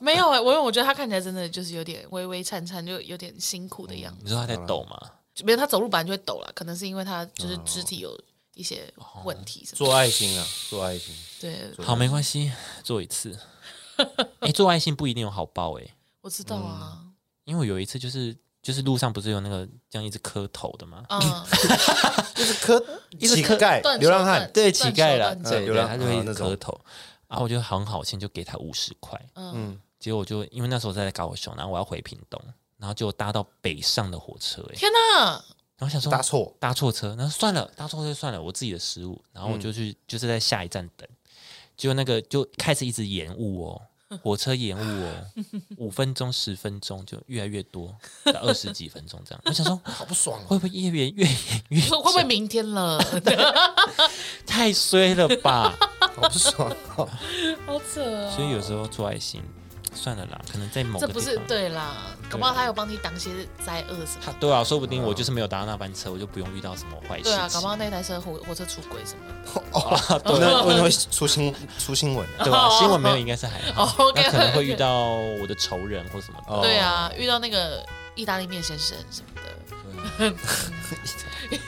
[SPEAKER 1] 没有哎、我因为我觉得他看起来真的就是有点微微颤颤，就有点辛苦的样子。
[SPEAKER 2] 你说他在抖吗？
[SPEAKER 1] 没有他走路本来就会抖了，可能是因为他
[SPEAKER 2] 哦
[SPEAKER 1] 就是肢体有一些问题什么的。
[SPEAKER 3] 做爱心啊，做爱心，
[SPEAKER 1] 对，
[SPEAKER 2] 好，没关系，做一 次。哎、做爱心不一定有好报哎、
[SPEAKER 1] 我知道啊。
[SPEAKER 2] 嗯因为我有一次就是就是路上不是有那个这样一直磕头的
[SPEAKER 3] 哦
[SPEAKER 2] 吗？
[SPEAKER 1] 嗯，
[SPEAKER 3] 就是磕乞丐、
[SPEAKER 1] 断
[SPEAKER 3] 流
[SPEAKER 1] 手
[SPEAKER 3] 浪
[SPEAKER 1] 断
[SPEAKER 3] 汉，
[SPEAKER 2] 对，乞丐啦，
[SPEAKER 1] 断手
[SPEAKER 3] 断脚
[SPEAKER 2] 对，
[SPEAKER 3] 流
[SPEAKER 2] 对，
[SPEAKER 3] 浪
[SPEAKER 2] 他就会一
[SPEAKER 3] 啊那
[SPEAKER 2] 直
[SPEAKER 3] 种
[SPEAKER 2] 磕头，然后我就很好心，就给他五十块，
[SPEAKER 1] 嗯，
[SPEAKER 2] 结果我就因为那时候在高雄，然后我要回屏东，然后就搭到北上的火车、欸，
[SPEAKER 1] 天哪，
[SPEAKER 2] 然后想说
[SPEAKER 3] 搭错，
[SPEAKER 2] 搭错车，然后算了，搭错车就算了，我自己的失误，然后我就去、
[SPEAKER 3] 嗯
[SPEAKER 2] 就是在下一站等，结果那个就开始一直延误 哦，火车延误哦，五分钟十分钟就越来越多，到二十几分钟这样，我想说
[SPEAKER 3] 好不爽哦！
[SPEAKER 2] 会不会越延越延越
[SPEAKER 1] 会会不会明天了？
[SPEAKER 2] 太衰了吧？
[SPEAKER 3] 好不爽哦！
[SPEAKER 1] 好扯哦，
[SPEAKER 2] 所以有时候做爱心算了啦，可能在某
[SPEAKER 1] 这
[SPEAKER 2] 个
[SPEAKER 1] 不
[SPEAKER 2] 地
[SPEAKER 1] 是
[SPEAKER 2] 方。
[SPEAKER 1] 对啦，搞不好他有帮你挡些灾厄什么
[SPEAKER 2] 他。对啊，说不定我就是没有搭到那班车，我就不用遇到什么坏事情。
[SPEAKER 1] 对啊，搞不好那台车火火车出轨什么的。
[SPEAKER 3] 那我会出新出新闻的。
[SPEAKER 2] 对吧、新闻没有，应该是还 好。
[SPEAKER 1] 哦，OK，
[SPEAKER 2] 那可能会遇到我的仇人或什么的。
[SPEAKER 3] 哦
[SPEAKER 1] 对，啊，遇到那个意大利面先生什么的。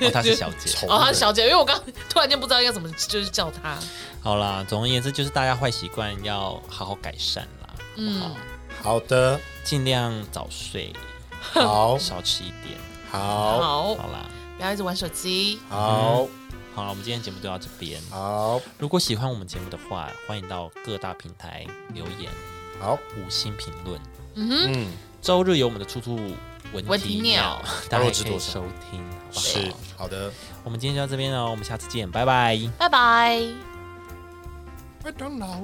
[SPEAKER 2] 哦，她是小姐。
[SPEAKER 3] 仇
[SPEAKER 1] 哦，他
[SPEAKER 3] 人
[SPEAKER 1] 小姐，因为我刚突然间不知道要怎么就是叫他。
[SPEAKER 2] 好啦，总而言之，就是大家坏习惯要好好改善啦，
[SPEAKER 1] 嗯
[SPEAKER 2] 好不好？
[SPEAKER 3] 好的，
[SPEAKER 2] 尽量早睡，
[SPEAKER 3] 好
[SPEAKER 2] 少吃一点。
[SPEAKER 3] 好
[SPEAKER 1] 好，
[SPEAKER 2] 好啦，
[SPEAKER 1] 不要一直玩手机。
[SPEAKER 3] 好
[SPEAKER 2] 好了，我们今天节目就到这边。
[SPEAKER 3] 好
[SPEAKER 2] 如果喜欢我们节目的话，欢迎到各大平台留言、
[SPEAKER 3] 好，
[SPEAKER 2] 五星评论。
[SPEAKER 3] 嗯，
[SPEAKER 2] 周日有我们的出处文
[SPEAKER 1] 文
[SPEAKER 2] 体
[SPEAKER 1] 体鸟，
[SPEAKER 2] 大家也
[SPEAKER 3] 多肉之
[SPEAKER 2] 可以
[SPEAKER 3] 多少
[SPEAKER 2] 收听，好不好？
[SPEAKER 3] 是好的。
[SPEAKER 2] 我们今天就到这边哦，我们下次见，拜拜。
[SPEAKER 1] 拜拜。
[SPEAKER 3] 麦当劳